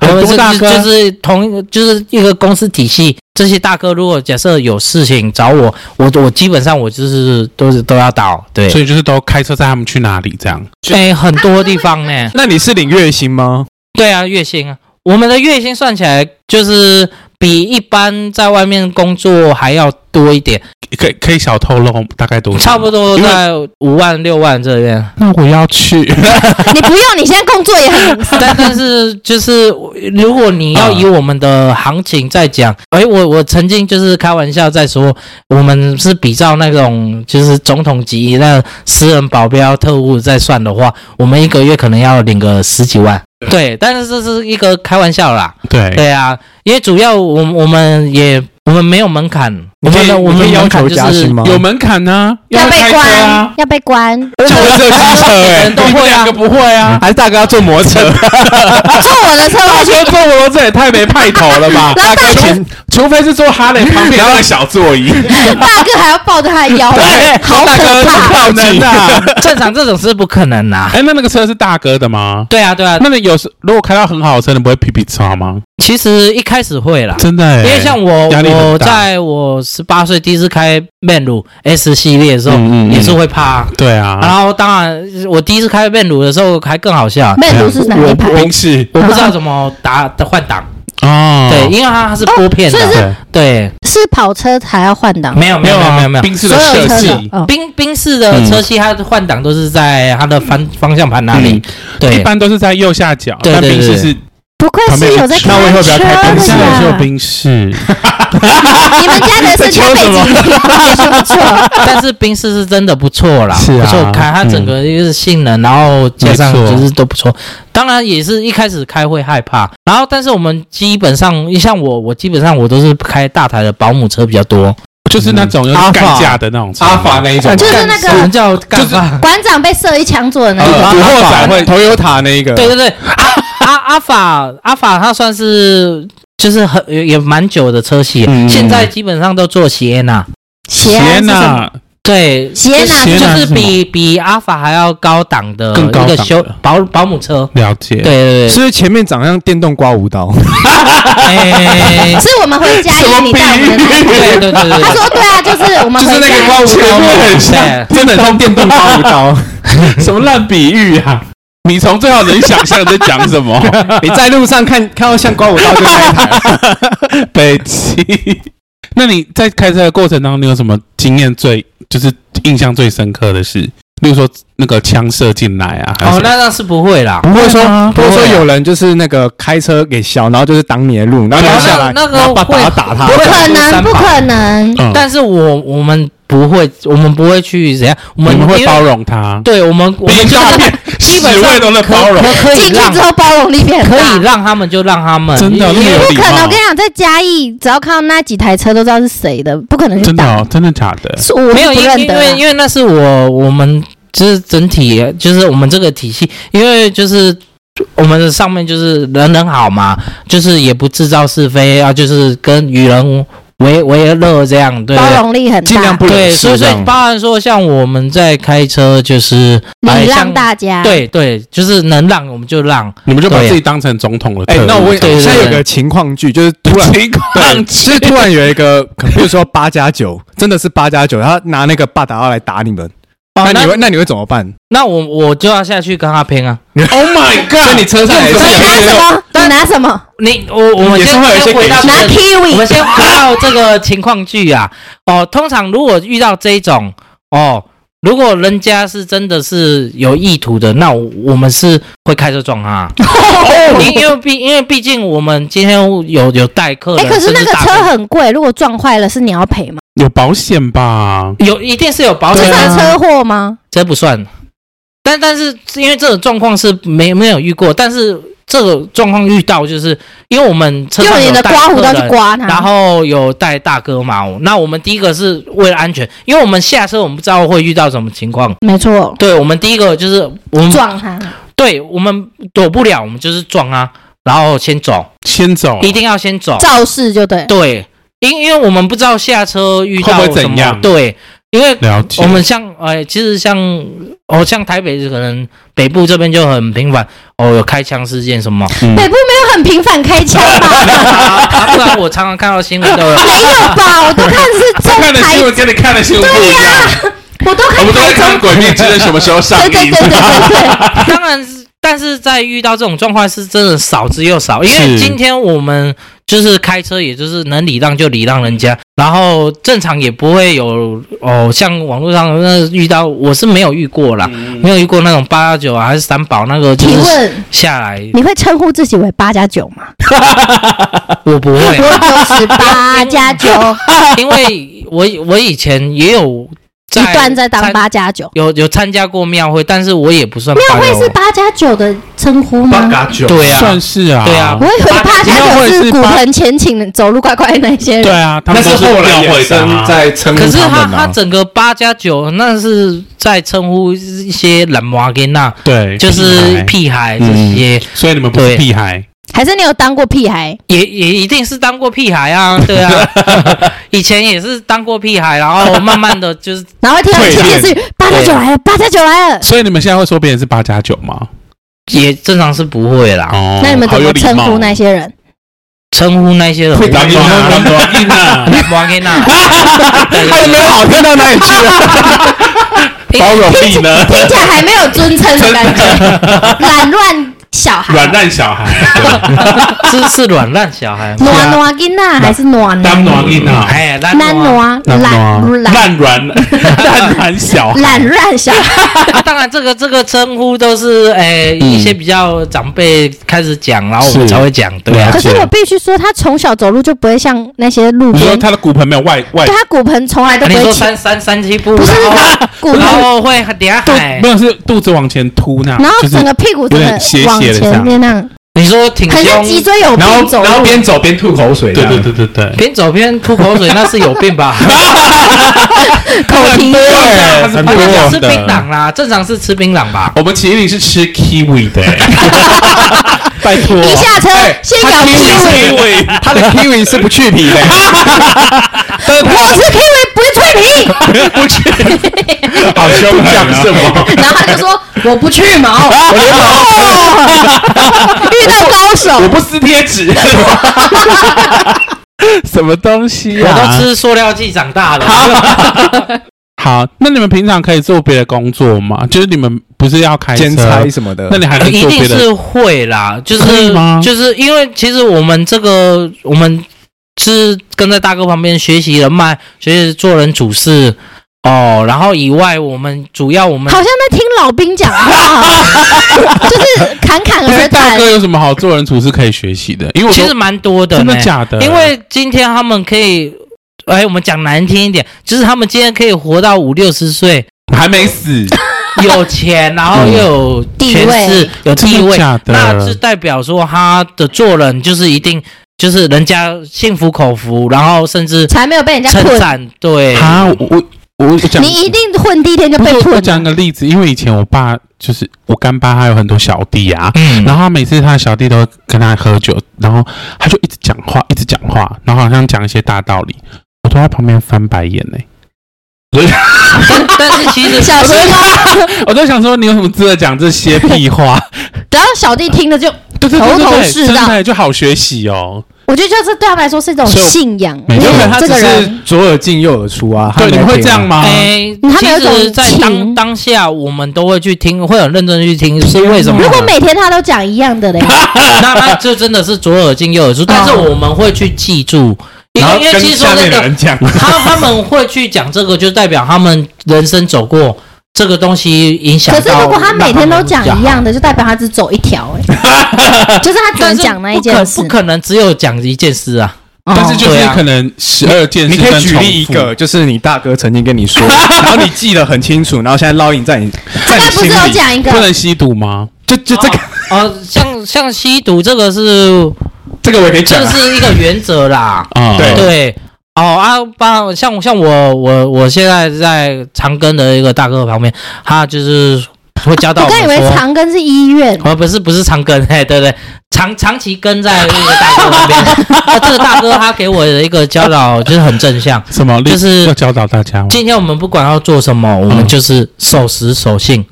Speaker 1: 我
Speaker 2: 很哎多
Speaker 1: 们是
Speaker 2: 大哥啊
Speaker 1: 就就是同就是一个公司体系。这些大哥如果假设有事情找我，我我基本上我就是都是都要到。对，
Speaker 2: 所以就是都开车载他们去哪里这样？
Speaker 1: 哎、很多地方呢、
Speaker 4: 那你是领月薪吗？
Speaker 1: 对啊，月薪啊，我们的月薪算起来就是比一般在外面工作还要多一点，
Speaker 2: 可以可以小透露大概多少？
Speaker 1: 差不多
Speaker 2: 因为
Speaker 1: 在五万六万这边。
Speaker 2: 那我要去，
Speaker 3: 你不用，你现在工作也很，
Speaker 1: 但 但是就是，如果你要以我们的行情在讲， 哎、我我曾经就是开玩笑在说，我们是比照那种就是总统级那私人保镖特务在算的话，我们一个月可能要领个十几万。对，但是这是一个开玩笑啦。
Speaker 2: 对，
Speaker 1: 对啊，因为主要我们我们也我们没有门槛，我
Speaker 4: 你可
Speaker 1: 们
Speaker 4: 以
Speaker 1: 的我
Speaker 4: 你可
Speaker 1: 们
Speaker 4: 以要
Speaker 1: 门槛
Speaker 4: 求
Speaker 1: 就
Speaker 4: 加薪
Speaker 1: 是
Speaker 4: 吗？
Speaker 2: 有门槛呢，
Speaker 3: 要被
Speaker 2: 开车
Speaker 3: 关
Speaker 2: 啊，，
Speaker 3: 要被关。
Speaker 4: 而且我只有 机车哎，
Speaker 1: 都会啊
Speaker 2: 两个不会啊，
Speaker 4: 还是大哥要坐摩托车？
Speaker 3: 坐我的车
Speaker 2: 大
Speaker 3: 回去，
Speaker 2: 哥坐摩托车也太没派头了 吧？
Speaker 3: 老板
Speaker 2: 除除非是坐哈雷旁 边那个小座椅，
Speaker 3: 大哥还要抱着他的腰，哎
Speaker 2: 对，
Speaker 3: 好
Speaker 2: 大
Speaker 3: 可
Speaker 2: 哥
Speaker 3: 怕。
Speaker 2: 是票
Speaker 4: 能
Speaker 2: 能 啊。
Speaker 1: 正常这种是不可能啦、
Speaker 2: 哎，那那个车是大哥的吗？
Speaker 1: 对啊，对
Speaker 3: 呃
Speaker 1: 啊，
Speaker 2: 那你有时如果开到很好的车，你不会皮皮叉吗？
Speaker 1: 其实一开始会啦，
Speaker 2: 真的欸，
Speaker 1: 因为像我
Speaker 2: 压力很大
Speaker 1: 我在我十八岁第一次开 Man 乳 S 系列的时候，
Speaker 2: 嗯嗯嗯
Speaker 1: 也是会怕。
Speaker 2: 对啊，
Speaker 1: 然后当然，我第一次开 Man 乳的时候还更好笑，
Speaker 3: 魅
Speaker 2: 啊
Speaker 3: 族是哪一排？
Speaker 2: 冰室
Speaker 1: 啊我不知道怎么打换挡，
Speaker 2: 哦，
Speaker 1: 对，因为它它是拨片的，
Speaker 3: 哦所以
Speaker 2: 对，
Speaker 1: 对，
Speaker 3: 是跑车才要换挡，
Speaker 1: 没有没有没有没有没有。
Speaker 2: 冰室
Speaker 3: 所
Speaker 2: 啊的设
Speaker 3: 有车
Speaker 2: 计
Speaker 3: 的。哦。
Speaker 1: 冰冰式的车系，它的换挡都是在它的方方向盘那里
Speaker 2: 嗯，一
Speaker 1: 对，
Speaker 2: 般都是在右下角，
Speaker 1: 对
Speaker 2: 但
Speaker 1: 对
Speaker 2: 冰
Speaker 1: 对
Speaker 2: 室是
Speaker 3: 不愧是有在开
Speaker 4: 那我以后不要
Speaker 3: 车
Speaker 4: 开
Speaker 2: 冰室
Speaker 4: 冰
Speaker 3: 的
Speaker 4: 室
Speaker 2: 也是有
Speaker 3: 啦。
Speaker 2: 冰
Speaker 4: 嗯
Speaker 2: 室，
Speaker 3: 你们家的是车背景音也是不错，
Speaker 1: 但是冰室是真的不错啦，
Speaker 2: 是啊嗯
Speaker 1: 不错开，它整个就是性能，然后加上
Speaker 2: 没错
Speaker 1: 就是都不错。当然也是一开始开会害怕，然后但是我们基本上，像我，我基本上我都是开大台的保姆车比较多，
Speaker 2: 就是那种有
Speaker 4: 阿法
Speaker 2: 干架的那种车
Speaker 4: 那一种
Speaker 3: 就是那个
Speaker 1: 什么叫干嘛？
Speaker 3: 馆长被射一枪左的那
Speaker 4: 呃
Speaker 1: 哦
Speaker 3: 个，
Speaker 1: 啊
Speaker 4: 古惑仔会 Toyota 那一个，
Speaker 1: 对对对，阿阿阿法阿法，它算是。就是很也也蛮久的车系，
Speaker 2: 嗯
Speaker 1: 现在基本本上都做斜纳，
Speaker 3: 鞋啊是什么？
Speaker 2: 呐，
Speaker 1: 对，
Speaker 3: 斜
Speaker 1: 就
Speaker 3: 拿
Speaker 1: 是
Speaker 2: 斜拿
Speaker 1: 就是是
Speaker 2: 什么
Speaker 1: 比比阿法还要高档的
Speaker 2: 更高
Speaker 1: 一个
Speaker 2: 档
Speaker 1: 修
Speaker 2: 的
Speaker 1: 保保姆车，
Speaker 2: 了解。
Speaker 1: 对对对，
Speaker 4: 所以前面长得像电动刮胡刀，
Speaker 1: 哎
Speaker 3: 是我们回家
Speaker 2: 什么
Speaker 3: 里你带我们的那一
Speaker 1: 对
Speaker 3: 台。
Speaker 1: 对对对对，
Speaker 3: 他说对啊，就是我们
Speaker 4: 就是
Speaker 3: 回
Speaker 4: 那个刮
Speaker 3: 家。
Speaker 4: 胡刀嘛，
Speaker 2: 很
Speaker 1: 像
Speaker 4: 真的很像电动刮胡刀。
Speaker 2: 什么烂比喻啊！米虫最好能想象在讲什 么，
Speaker 4: 你在路上看看到像刮胡刀就开台，
Speaker 2: 北极。那你在开车的过程当中，你有什么经验最就是印象最深刻的事？例如说那个枪射进来啊，还是
Speaker 1: 哦，那那是不会啦，
Speaker 4: 不会说不会
Speaker 1: 不
Speaker 4: 说
Speaker 1: 会啊
Speaker 4: 有人就是那个开车给削，然后就是挡你的路，然后
Speaker 2: 对
Speaker 4: 你
Speaker 2: 啊
Speaker 4: 要下来，
Speaker 1: 那那个
Speaker 4: 然后把
Speaker 1: 会
Speaker 4: 打打他
Speaker 3: 不。可能，不可能！
Speaker 2: 嗯
Speaker 1: 但是我我们不会，我们不会去怎样，我
Speaker 2: 你
Speaker 1: 们
Speaker 2: 们会
Speaker 1: 因为
Speaker 2: 包容他，
Speaker 1: 对我们我
Speaker 2: 毕
Speaker 1: 们
Speaker 2: 竟
Speaker 1: 就
Speaker 2: 大
Speaker 1: 是
Speaker 2: 便
Speaker 1: 基本
Speaker 2: 十
Speaker 1: 上
Speaker 2: 位都能
Speaker 1: 可
Speaker 2: 包容，
Speaker 1: 可以
Speaker 3: 进去
Speaker 1: 让
Speaker 3: 之后包容力变很
Speaker 1: 可以
Speaker 3: 大。
Speaker 1: 让他们就让他们，
Speaker 2: 真的那么有
Speaker 3: 不
Speaker 2: 礼
Speaker 3: 可能！
Speaker 2: 貌
Speaker 3: 我跟，你讲，在嘉义，只要看到那几台车，都知道是谁的，不可能去
Speaker 2: 真的
Speaker 3: 打。
Speaker 2: 哦真的假的？
Speaker 3: 是我
Speaker 1: 没有，
Speaker 3: 是
Speaker 1: 因
Speaker 3: 不
Speaker 1: 为
Speaker 3: 认
Speaker 1: 因
Speaker 3: 得啊。
Speaker 1: 为因为那是我我们就是整体就是我们这个体系，因为就是。我们的上面就是人人好嘛，就是也不制造是非啊，就是跟与人为为乐这样，对不
Speaker 3: 包
Speaker 1: 对？
Speaker 3: 容力很
Speaker 4: 尽量
Speaker 3: 大，
Speaker 4: 不惹
Speaker 1: 对，
Speaker 4: 事
Speaker 1: 所以所
Speaker 4: 这
Speaker 1: 以
Speaker 4: 样
Speaker 1: 包含说像我们在开车就是哎
Speaker 3: 礼让
Speaker 1: 像
Speaker 3: 大家。，
Speaker 1: 对对，就是能让我们就让，
Speaker 2: 你们就把
Speaker 1: 对
Speaker 2: 自己当成总统了。
Speaker 4: 哎，那我问，
Speaker 1: 对对对
Speaker 4: 现在有个情况剧，就是突 然。
Speaker 2: 情
Speaker 4: 对，
Speaker 2: 况
Speaker 4: 就是突然有一个，可比如说八加九，真的是八加九，他拿那个八达二来打你们，哦那你
Speaker 1: 那
Speaker 4: 会那你会怎么办？
Speaker 1: 那我我就要下去跟他拼啊！
Speaker 2: ，Oh my
Speaker 4: 所
Speaker 2: God！
Speaker 4: 以你车上也
Speaker 3: 你
Speaker 4: 是有
Speaker 3: 拿
Speaker 4: 一
Speaker 3: 什
Speaker 4: 些
Speaker 3: 么？你拿什么？
Speaker 1: 你我我们
Speaker 4: 也是
Speaker 1: 先
Speaker 4: 会有一些
Speaker 1: 先回到这
Speaker 4: 给
Speaker 3: 拿
Speaker 1: 个
Speaker 3: kiwi。
Speaker 1: 我们先回到这个情况剧啊。哦，通常如果遇到这一种哦，如果人家是真的是有意图的，那我我们是会开车撞他。 因因为毕因为毕竟我们今天有有代客
Speaker 3: 哎、
Speaker 1: 人，
Speaker 3: 可是
Speaker 1: 甚
Speaker 3: 那
Speaker 1: 至
Speaker 3: 个
Speaker 1: 大
Speaker 3: 车
Speaker 1: 客人
Speaker 3: 很贵，如果撞坏了是你要赔吗？
Speaker 2: 有保险吧？
Speaker 1: 有一定是有保
Speaker 3: 这
Speaker 1: 险的，
Speaker 3: 算车祸吗？
Speaker 1: 这不算。但但是因为这种状况是没没有遇过，但是这个状况遇到就是因为我们车
Speaker 3: 用
Speaker 1: 上
Speaker 3: 你
Speaker 1: 有
Speaker 3: 的
Speaker 1: 代
Speaker 3: 刮胡
Speaker 1: 客
Speaker 3: 刀去
Speaker 1: 人
Speaker 3: 刮它，
Speaker 1: 然后有带大哥嘛，那我们第一个是为了安全，因为我们下车我们不知道会遇到什么情况。
Speaker 3: 没错，
Speaker 1: 对，我们第一个就是我们，
Speaker 3: 撞它。
Speaker 1: 对我们躲不了，我们就是撞啊，然后先走，
Speaker 2: 先走，啊
Speaker 1: 一定要先走。
Speaker 3: 肇事就对，
Speaker 1: 对，因因为我们不知道下车遇到
Speaker 2: 会不会
Speaker 1: 什
Speaker 2: 怎
Speaker 1: 么
Speaker 2: 样，
Speaker 1: 对，因为
Speaker 2: 了解。
Speaker 1: 我们像呃，其实像哦，像台北可能北部这边就很频繁哦，有开枪事件什么，
Speaker 2: 嗯
Speaker 3: 北部没有很频繁开枪 吧？
Speaker 1: 啊不然我常常看到新闻都有。
Speaker 3: 没有吧？我都看是
Speaker 2: 他看
Speaker 3: 真
Speaker 2: 的
Speaker 3: 台
Speaker 2: 新，闻跟你看的新闻不一样，
Speaker 3: 我都
Speaker 2: 我
Speaker 3: 看
Speaker 2: 们都在
Speaker 3: 台
Speaker 2: 看《
Speaker 3: 中。
Speaker 2: 鬼灭之刃》什么时候上
Speaker 3: 对对
Speaker 2: 映
Speaker 3: 对。对对对，
Speaker 1: 当然是，但是在遇到这种状况是真的少之又少，因为
Speaker 2: 是
Speaker 1: 今天我们就是开车，也就是能礼让就礼让人家，然后正常也不会有哦，像网络上那遇到我是没有遇过啦，没有遇过那种八幺九啊还是三宝那个，就
Speaker 3: 提
Speaker 1: 是
Speaker 3: 问，
Speaker 1: 下来
Speaker 3: 你会称呼自己为八加九吗？
Speaker 1: 我不
Speaker 3: 我
Speaker 1: 会，
Speaker 3: 就是八加九，
Speaker 1: 因为我我以前也有在
Speaker 3: 一段在当
Speaker 1: 参
Speaker 3: 八加九。
Speaker 1: 有有参加过庙会，但是我也不算
Speaker 3: 庙会
Speaker 1: 819
Speaker 3: 是八加九的称呼吗？
Speaker 4: 九
Speaker 1: 对啊，
Speaker 2: 算是啊，
Speaker 1: 对啊
Speaker 3: 我以为八
Speaker 2: 庙
Speaker 3: 加
Speaker 2: 会
Speaker 3: 九
Speaker 2: 是
Speaker 3: 是骨
Speaker 2: 八
Speaker 3: 盆前倾、走路快快的那些人
Speaker 2: 对。啊，他
Speaker 4: 那
Speaker 2: 们
Speaker 4: 是
Speaker 2: 都
Speaker 4: 后来
Speaker 2: 庙
Speaker 4: 衍
Speaker 2: 会的啊
Speaker 4: 生在称呼
Speaker 1: 可是他
Speaker 4: 们
Speaker 1: 他
Speaker 4: 啊。
Speaker 1: 整个八加九，那是在称呼一些懒娃给那，
Speaker 2: 对，
Speaker 1: 就是
Speaker 2: 屁
Speaker 1: 屁孩这
Speaker 2: 嗯
Speaker 1: 些，
Speaker 2: 孩，所以你们不是
Speaker 1: 对
Speaker 2: 屁孩，
Speaker 3: 还是你有当过屁孩？
Speaker 1: 也也一定是当过屁孩啊，对啊，以前也是当过屁孩，然后慢慢的就是
Speaker 3: 然后会听哦到
Speaker 2: 对
Speaker 3: 窃窃私语，八加九来了，八加九来了。
Speaker 2: 所以你们现在会说别人是八加九吗？
Speaker 1: 也正常是不会啦，
Speaker 2: 哦
Speaker 3: 那你们怎么称呼那
Speaker 2: 些？
Speaker 3: 些人？
Speaker 1: 称呼那些人
Speaker 4: 会
Speaker 2: 当
Speaker 4: 当
Speaker 2: 兵啊，当 兵啊，
Speaker 1: 懒娃给那，对
Speaker 4: 他有哎没有好听到哪里去啊？
Speaker 2: 包容力呢？
Speaker 3: 听起来还没哦有尊称的感觉， 懒乱小孩，
Speaker 2: 软烂小孩，
Speaker 1: 是是软烂小孩吗，
Speaker 3: 暖暖囡呐，还是暖
Speaker 2: 当
Speaker 3: 暖？
Speaker 2: 软硬啊，
Speaker 1: 哎，懒
Speaker 3: 懒
Speaker 1: 娃
Speaker 3: 暖
Speaker 2: 当
Speaker 3: 懒懒
Speaker 2: 烂 软烂软小孩，
Speaker 3: 懒乱小孩，
Speaker 1: 啊当然这个这个称呼都是哎一些比较长辈开始讲，然后我们
Speaker 2: 是
Speaker 1: 才会讲，对啊
Speaker 2: 了
Speaker 3: 可
Speaker 2: 解。
Speaker 3: 是我必须说，他从小走路就不会像那些路
Speaker 2: 你说
Speaker 3: 边，
Speaker 2: 他的骨盆没有外外
Speaker 3: 对，他骨盆从来都
Speaker 1: 啊
Speaker 3: 不
Speaker 1: 你
Speaker 3: 会
Speaker 1: 说啊
Speaker 3: 起，
Speaker 1: 三三三七步，
Speaker 3: 不是
Speaker 1: 然后
Speaker 3: 他骨
Speaker 1: 然
Speaker 3: 盆，
Speaker 1: 后会很嗲
Speaker 2: 肚
Speaker 1: 海
Speaker 2: 没。有是肚子往前凸那，
Speaker 3: 然后
Speaker 2: 就是
Speaker 3: 整个屁股
Speaker 2: 有
Speaker 3: 整
Speaker 2: 点
Speaker 3: 个
Speaker 2: 斜
Speaker 3: 往
Speaker 2: 斜的这
Speaker 3: 前
Speaker 2: 样
Speaker 3: 面那样，
Speaker 1: 你说挺
Speaker 3: 很像脊
Speaker 1: 胸，
Speaker 3: 椎有
Speaker 4: 然
Speaker 3: 病
Speaker 4: 后
Speaker 3: 走
Speaker 4: 然后
Speaker 3: 路。
Speaker 4: 边走边吐口水，
Speaker 2: 啊对啊对对对对，
Speaker 1: 边走边吐口水，那是有病吧？
Speaker 3: 口蹄
Speaker 2: 对， 他是
Speaker 4: 很
Speaker 1: 啊
Speaker 4: 多
Speaker 1: 正常吃
Speaker 2: 的
Speaker 1: 槟榔啦，正常是吃槟榔吧？
Speaker 2: 我们麒麟是吃 kiwi 的、欸，拜托，
Speaker 3: 一下车
Speaker 4: 哎
Speaker 3: 先
Speaker 4: 他
Speaker 3: 咬
Speaker 4: 踢
Speaker 3: 屁
Speaker 4: 你
Speaker 3: 股。
Speaker 4: kiwi，他的 kiwi 是不去皮的，
Speaker 3: 我是 K V 不会脆皮意，
Speaker 2: 不 去，好凶狠
Speaker 5: 讲
Speaker 2: 啊
Speaker 5: 什 么？
Speaker 3: 然后他就说我不去毛，我连毛，遇到高
Speaker 5: 我
Speaker 3: 手，
Speaker 5: 不撕贴纸，
Speaker 3: 啊
Speaker 2: 什么东西
Speaker 1: 我
Speaker 2: 啊？
Speaker 1: 都吃塑料剂长大的。
Speaker 2: 好，那你们平常可以做别的工作吗？就是你们不是要开车，
Speaker 4: 兼差什么的
Speaker 2: 那。你还能
Speaker 1: 一
Speaker 2: 做
Speaker 1: 定
Speaker 2: 别的？
Speaker 1: 是会啦，就
Speaker 2: 可以
Speaker 1: 是
Speaker 2: 吗
Speaker 1: 就是因为其实我们这个我们是跟在大哥旁边学习人脉，学习做人处事哦，然后以外我们主要我们
Speaker 3: 好像在听老兵讲话，啊 就是侃侃
Speaker 2: 但
Speaker 3: 而
Speaker 2: 是大
Speaker 3: 谈
Speaker 2: 哥。有什么好做人处事可以学习的？因为我
Speaker 1: 其
Speaker 2: 都
Speaker 1: 实蛮多的
Speaker 2: 真
Speaker 1: 呢，
Speaker 2: 的假的？
Speaker 1: 因为今天他们可以，哎，我们讲难听一点，就是他们今天可以活到五六十 岁，
Speaker 2: 还没死，
Speaker 1: 有钱，然后又有
Speaker 3: 地
Speaker 1: 权
Speaker 3: 位
Speaker 1: 势，有地
Speaker 2: 真的
Speaker 1: 位，
Speaker 2: 假的？
Speaker 1: 那是代表说他的做人就是一定就是人家心服口服，然后甚至
Speaker 3: 才没有被人家
Speaker 1: 称
Speaker 3: 困。
Speaker 1: 赞，对，
Speaker 2: 啊，我我我我讲
Speaker 3: 你一定混第一天就
Speaker 2: 不
Speaker 3: 被
Speaker 2: 是我
Speaker 3: 困
Speaker 2: 我讲
Speaker 3: 了。
Speaker 2: 个例子，因为以前我爸就是我干爸，他有很多小弟啊，
Speaker 1: 嗯，
Speaker 2: 然后他每次他的小弟都会跟他喝酒，然后他就一直讲话，一直讲话，然后好像讲一些大道理，我都在旁边翻白眼欸呢、
Speaker 1: 但但是其 实
Speaker 3: 小心哦，
Speaker 2: 我都想说，你有什么资格讲这些屁 话？
Speaker 3: 然后小弟听了就，
Speaker 2: 对对对对
Speaker 3: 头头
Speaker 2: 对，
Speaker 3: 是
Speaker 2: 真
Speaker 3: 道
Speaker 2: 的就好学习哦。
Speaker 3: 我觉得就是对他们来说是一种
Speaker 2: 所以我
Speaker 3: 信仰。
Speaker 2: 没
Speaker 3: 你
Speaker 2: 错
Speaker 4: 有可能他
Speaker 3: 这
Speaker 4: 只
Speaker 3: 个
Speaker 4: 是
Speaker 3: 人，
Speaker 4: 左耳进右耳出啊。
Speaker 2: 对，你们会这样
Speaker 4: 吗？
Speaker 2: 吗？
Speaker 5: 嗯
Speaker 1: 哎，
Speaker 3: 他
Speaker 1: 其
Speaker 3: 们有一种
Speaker 1: 实，在当
Speaker 3: 情
Speaker 1: 当下，我们都会去听，会很认真地去听，是为什 么？
Speaker 3: 如果每天他都讲一样的嘞，
Speaker 1: 那那就真的是左耳进右耳出，但是
Speaker 3: 哦
Speaker 1: 我们会去记住，因
Speaker 5: 然后
Speaker 1: 为因为
Speaker 5: 跟
Speaker 1: 其实说
Speaker 5: 下
Speaker 1: 真
Speaker 5: 面的
Speaker 1: 的，
Speaker 5: 人 讲，
Speaker 1: 他他们会去讲这个，就代表他们人生走过这个东西影响
Speaker 3: 可
Speaker 1: 到。
Speaker 3: 是如果他每天都讲一
Speaker 1: 让他们比较好
Speaker 3: 样的，就代表他只走一条，哎， 就是他只能
Speaker 1: 但是
Speaker 3: 讲那一
Speaker 1: 不可
Speaker 3: 件事
Speaker 1: 不。可能只有讲一件事
Speaker 5: 哦
Speaker 1: 啊。
Speaker 2: 但是就
Speaker 1: 对
Speaker 2: 是
Speaker 1: 啊
Speaker 2: 可能十二件
Speaker 4: 哦你
Speaker 2: 事
Speaker 4: 可以
Speaker 2: 跟
Speaker 4: 举
Speaker 2: 重
Speaker 4: 例一
Speaker 2: 复
Speaker 4: 个，，就是你大哥曾经跟 你说，然后你记得很清楚，然后现在烙印在你，
Speaker 3: 他
Speaker 4: 在
Speaker 3: 刚
Speaker 4: 你
Speaker 3: 不
Speaker 4: 心
Speaker 3: 是有
Speaker 4: 里。
Speaker 3: 讲一个
Speaker 2: 不，能吸毒吗？
Speaker 4: 就就这个，
Speaker 1: 哦，像像吸毒这个是
Speaker 4: 这个我也可以讲
Speaker 1: 这
Speaker 4: 啊。
Speaker 1: 是一个原则啦。
Speaker 2: 啊，
Speaker 3: 嗯
Speaker 4: 对
Speaker 1: 对，哦啊，帮像像我我我现在在长庚的一个大哥旁边，他就是会教导
Speaker 3: 哦我
Speaker 1: 我
Speaker 3: 刚以
Speaker 1: 们
Speaker 3: 为
Speaker 1: 说。
Speaker 3: 长庚是医院，
Speaker 1: 哦，不是不是长庚，哎，对对，长长期跟在那个大哥那边。 那这个大哥他给我的一个教导就是很正向。
Speaker 2: 什么？例
Speaker 1: 就是
Speaker 2: 要教导大家吗？
Speaker 1: 今天我们不管要做什么，我
Speaker 2: 嗯
Speaker 1: 们就是守时守信，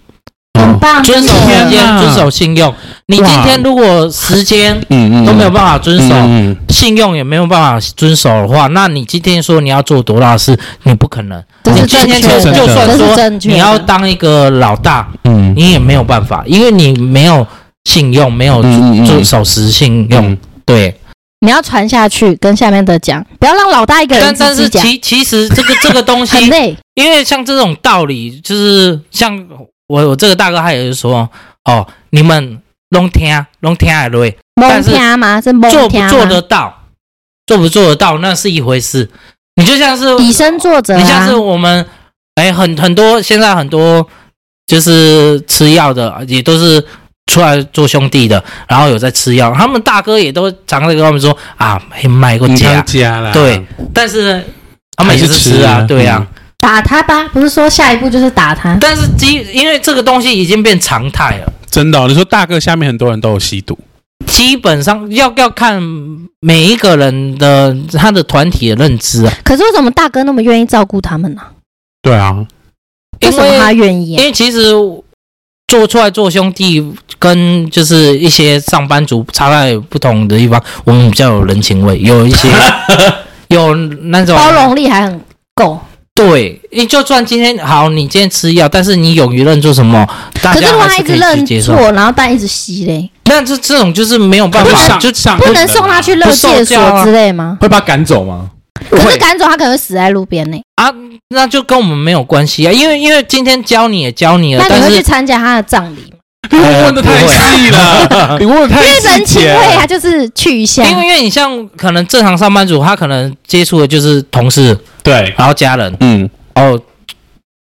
Speaker 2: 哦
Speaker 3: 很棒，
Speaker 1: 遵守
Speaker 3: 真的
Speaker 1: 时
Speaker 2: 天
Speaker 1: 间，
Speaker 2: 哪
Speaker 1: 遵守信用。你今天如果时间
Speaker 2: 嗯嗯
Speaker 1: 都没有办法遵守，
Speaker 2: 嗯嗯
Speaker 1: 信用也没有办法遵守的话，那你今天说你要做多大的事，你不可能。
Speaker 3: 这
Speaker 1: 你
Speaker 3: 是
Speaker 1: 今
Speaker 3: 正
Speaker 1: 天
Speaker 3: 确
Speaker 1: 就
Speaker 3: 的，
Speaker 1: 就算
Speaker 3: 这是
Speaker 1: 说
Speaker 3: 正确的
Speaker 1: 你要当一个老大，
Speaker 2: 嗯
Speaker 1: 你也没有办法，因为你没有信用，没有
Speaker 2: 嗯嗯
Speaker 1: 遵守时信用。
Speaker 2: 嗯
Speaker 1: 对，
Speaker 3: 你要传下去，跟下面的讲，不要让老大一个人
Speaker 1: 但
Speaker 3: 自
Speaker 1: 但
Speaker 3: 己
Speaker 1: 是
Speaker 3: 讲，
Speaker 1: 其其实这个这个东
Speaker 3: 很
Speaker 1: 西，
Speaker 3: 累。
Speaker 1: 因为像这种道理，就是像我我这个大哥他也是说，哦，你们拢听拢听的累，
Speaker 3: 蒙
Speaker 1: 但是
Speaker 3: 天吗？是蒙
Speaker 1: 做不
Speaker 3: 天啊吗
Speaker 1: 做得到，做不做得到那是一回事。你就像是
Speaker 3: 以身作则、啊。
Speaker 1: 你像是我们，哎，很很多现在很多就是吃药的，也都是出来做兄弟的，然后有在吃药，他们大哥也都常常跟他们说啊，没买过
Speaker 2: 嗯
Speaker 1: 假，
Speaker 2: 加啦
Speaker 1: 对，但是他们也
Speaker 2: 还
Speaker 1: 是
Speaker 2: 是
Speaker 1: 吃
Speaker 2: 吃
Speaker 1: 啊，
Speaker 2: 啊
Speaker 1: 对啊，
Speaker 3: 打他吧，不是说下一步就是打他。
Speaker 1: 但是基因为这个东西已经变常态了，
Speaker 2: 真的哦。你说大哥下面很多人都有吸毒，
Speaker 1: 基本上要要看每一个人的他的团体的认知啊，
Speaker 3: 可是为什么大哥那么愿意照顾他们呢、
Speaker 2: 对啊，
Speaker 1: 因
Speaker 3: 为什么
Speaker 1: 为
Speaker 3: 他愿意、
Speaker 1: 因
Speaker 3: 啊？
Speaker 1: 为其实做出来做兄弟，跟就是一些上班族差在不同的地方，我们比较有人情味，有一 些有那种
Speaker 3: 包容力还很够。
Speaker 1: 对，你就算今天好，你今天吃药，但是你勇于认错什么，大
Speaker 3: 可
Speaker 1: 家
Speaker 3: 是如果
Speaker 1: 还
Speaker 3: 他
Speaker 1: 是
Speaker 3: 一
Speaker 1: 可以
Speaker 3: 直
Speaker 1: 去
Speaker 3: 认
Speaker 1: 接受。
Speaker 3: 错，然后但一直吸嘞，
Speaker 1: 那这这种就是没有办
Speaker 2: 不
Speaker 1: 法，
Speaker 2: 上
Speaker 1: 就
Speaker 2: 上
Speaker 3: 不能
Speaker 2: 人
Speaker 3: 送
Speaker 2: 啊
Speaker 3: 他去乐
Speaker 1: 不受
Speaker 3: 界
Speaker 1: 教啊
Speaker 3: 所之类吗？
Speaker 4: 会把他赶走吗？
Speaker 3: 可是
Speaker 4: 会
Speaker 3: 赶走他可能会死在路边呢。
Speaker 1: 啊，那就跟我们没有关系啊，因为因为今天教你也教你了
Speaker 3: 那，你
Speaker 1: 但
Speaker 3: 会去
Speaker 1: 是
Speaker 3: 参加他的葬礼吗？
Speaker 2: 你
Speaker 4: 哎
Speaker 2: 问的太细 了，你问的太
Speaker 3: 因为人
Speaker 2: 细
Speaker 3: 情
Speaker 2: 节了
Speaker 3: 味，他就是去一下。
Speaker 1: 啊因为因为你像可能正常上班族，他可能接触的就是同事，
Speaker 2: 对，
Speaker 1: 然后家人，
Speaker 2: 嗯，
Speaker 1: 哦，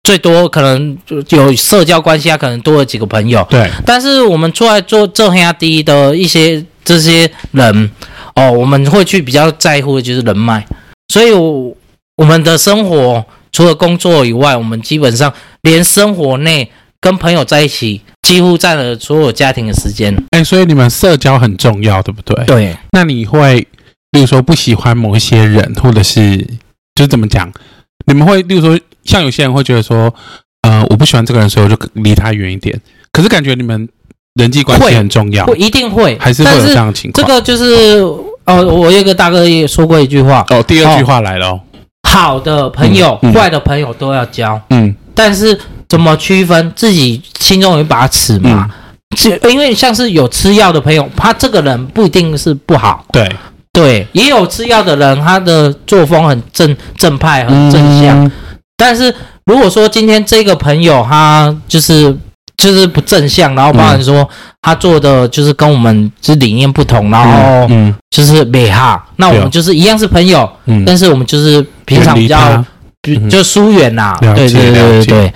Speaker 1: 最多可能就有社交关系啊，可能多了几个朋友。
Speaker 2: 对，
Speaker 1: 但是我们出来做这黑压低的一些这些人，哦，我们会去比较在乎的就是人脉，所以我我们的生活除了工作以外，我们基本上连生活内跟朋友在一起，几乎占了所有家庭的时间。
Speaker 2: 哎，所以你们社交很重要，对不对？
Speaker 1: 对，
Speaker 2: 那你会，比如说不喜欢某一些人，或者是就是怎么讲，你们会，例如说，像有些人会觉得说，呃，我不喜欢这个人，所以我就离他远一点。可是感觉你们人际关系
Speaker 1: 会
Speaker 2: 很重要
Speaker 1: 会，一定会，
Speaker 2: 还是会
Speaker 1: 但
Speaker 2: 有这
Speaker 1: 是
Speaker 2: 样的情
Speaker 1: 这
Speaker 2: 况。
Speaker 1: 个就是呃，我有一个大哥也说过一句话：
Speaker 2: 哦，第二句话来了、哦，
Speaker 1: 好的朋友、
Speaker 2: 嗯嗯
Speaker 1: 坏的朋友都要交，
Speaker 2: 嗯
Speaker 1: 但是怎么区分，自己心中有一把尺嘛。
Speaker 2: 嗯，
Speaker 1: 是因为像是有吃药的朋友，他这个人不一定是不好，
Speaker 2: 对，
Speaker 1: 对，也有吃药的人，他的作风很正正派，很正向。
Speaker 2: 嗯
Speaker 1: 但是如果说今天这个朋友他就是就是不正向，然后包含
Speaker 2: 嗯
Speaker 1: 说他做的就是跟我们就是理念不同，然后
Speaker 2: 嗯
Speaker 1: 就是美哈，那我
Speaker 2: 对
Speaker 1: 们
Speaker 2: 哦
Speaker 1: 就是一样是朋友，
Speaker 2: 嗯，
Speaker 1: 但是我们就是平常比较比
Speaker 2: 嗯
Speaker 1: 就疏远啦，
Speaker 2: 了
Speaker 1: 对
Speaker 2: 解
Speaker 1: 对
Speaker 2: 了
Speaker 1: 对对
Speaker 2: 解
Speaker 1: 对，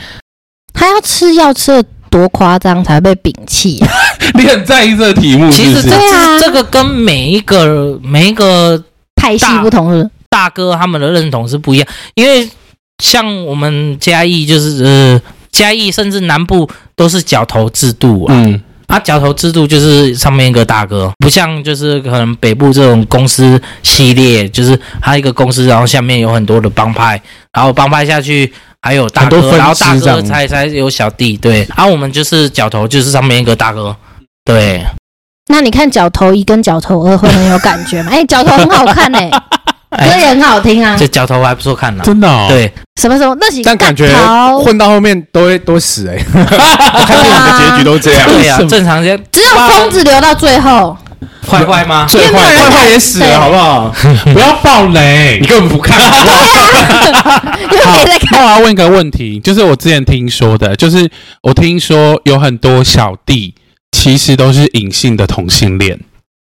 Speaker 3: 他要吃药吃的多夸张才会被摒弃啊？
Speaker 2: 你很在意这个题目，
Speaker 1: 其实
Speaker 2: 是
Speaker 1: 这
Speaker 2: 不是
Speaker 3: 对啊
Speaker 1: 这个跟每一个每一个
Speaker 3: 派系不同是不是？
Speaker 1: 大哥他们的认同是不一样，因为像我们嘉义就是呃嘉义甚至南部都是角头制度啊，
Speaker 2: 嗯
Speaker 1: 啊角头制度就是上面一个大哥，不像就是可能北部这种公司系列，就是他一个公司，然后下面有很多的帮派，然后帮派下去。还有大
Speaker 4: 很多分
Speaker 1: 哥，
Speaker 4: 支
Speaker 1: 然后大
Speaker 4: 这
Speaker 1: 哥
Speaker 4: 样
Speaker 1: 才才有小弟，对。啊，我们就是角头，就是上面一个大哥，对。
Speaker 3: 那你看角头一跟角头二会很有感 觉吗？哎、角头很好看哎、歌
Speaker 1: 哎，
Speaker 3: 也很好听啊
Speaker 1: 这。角头还不错看呢、
Speaker 2: 真的、哦，，
Speaker 1: 对，
Speaker 3: 什么什么那几
Speaker 4: 但感觉
Speaker 3: 头，
Speaker 4: 混到后面都会都 死哎、我看电影的结局都这 样，
Speaker 1: 对呀、啊
Speaker 2: 为什么
Speaker 1: 正常人
Speaker 3: 只有疯子留到最 后，
Speaker 1: 坏坏吗？
Speaker 4: 最
Speaker 3: 因为没
Speaker 1: 欸
Speaker 3: 有人
Speaker 4: 坏最坏
Speaker 3: 看
Speaker 4: 也死了，
Speaker 3: 对
Speaker 4: 好不好？
Speaker 2: 不要暴雷
Speaker 4: 你。根本不看，
Speaker 3: 因为没在看。
Speaker 2: 那我要问一个问题，就是我之前听说的，就是我听说有很多小弟其实都是隐性的同性恋。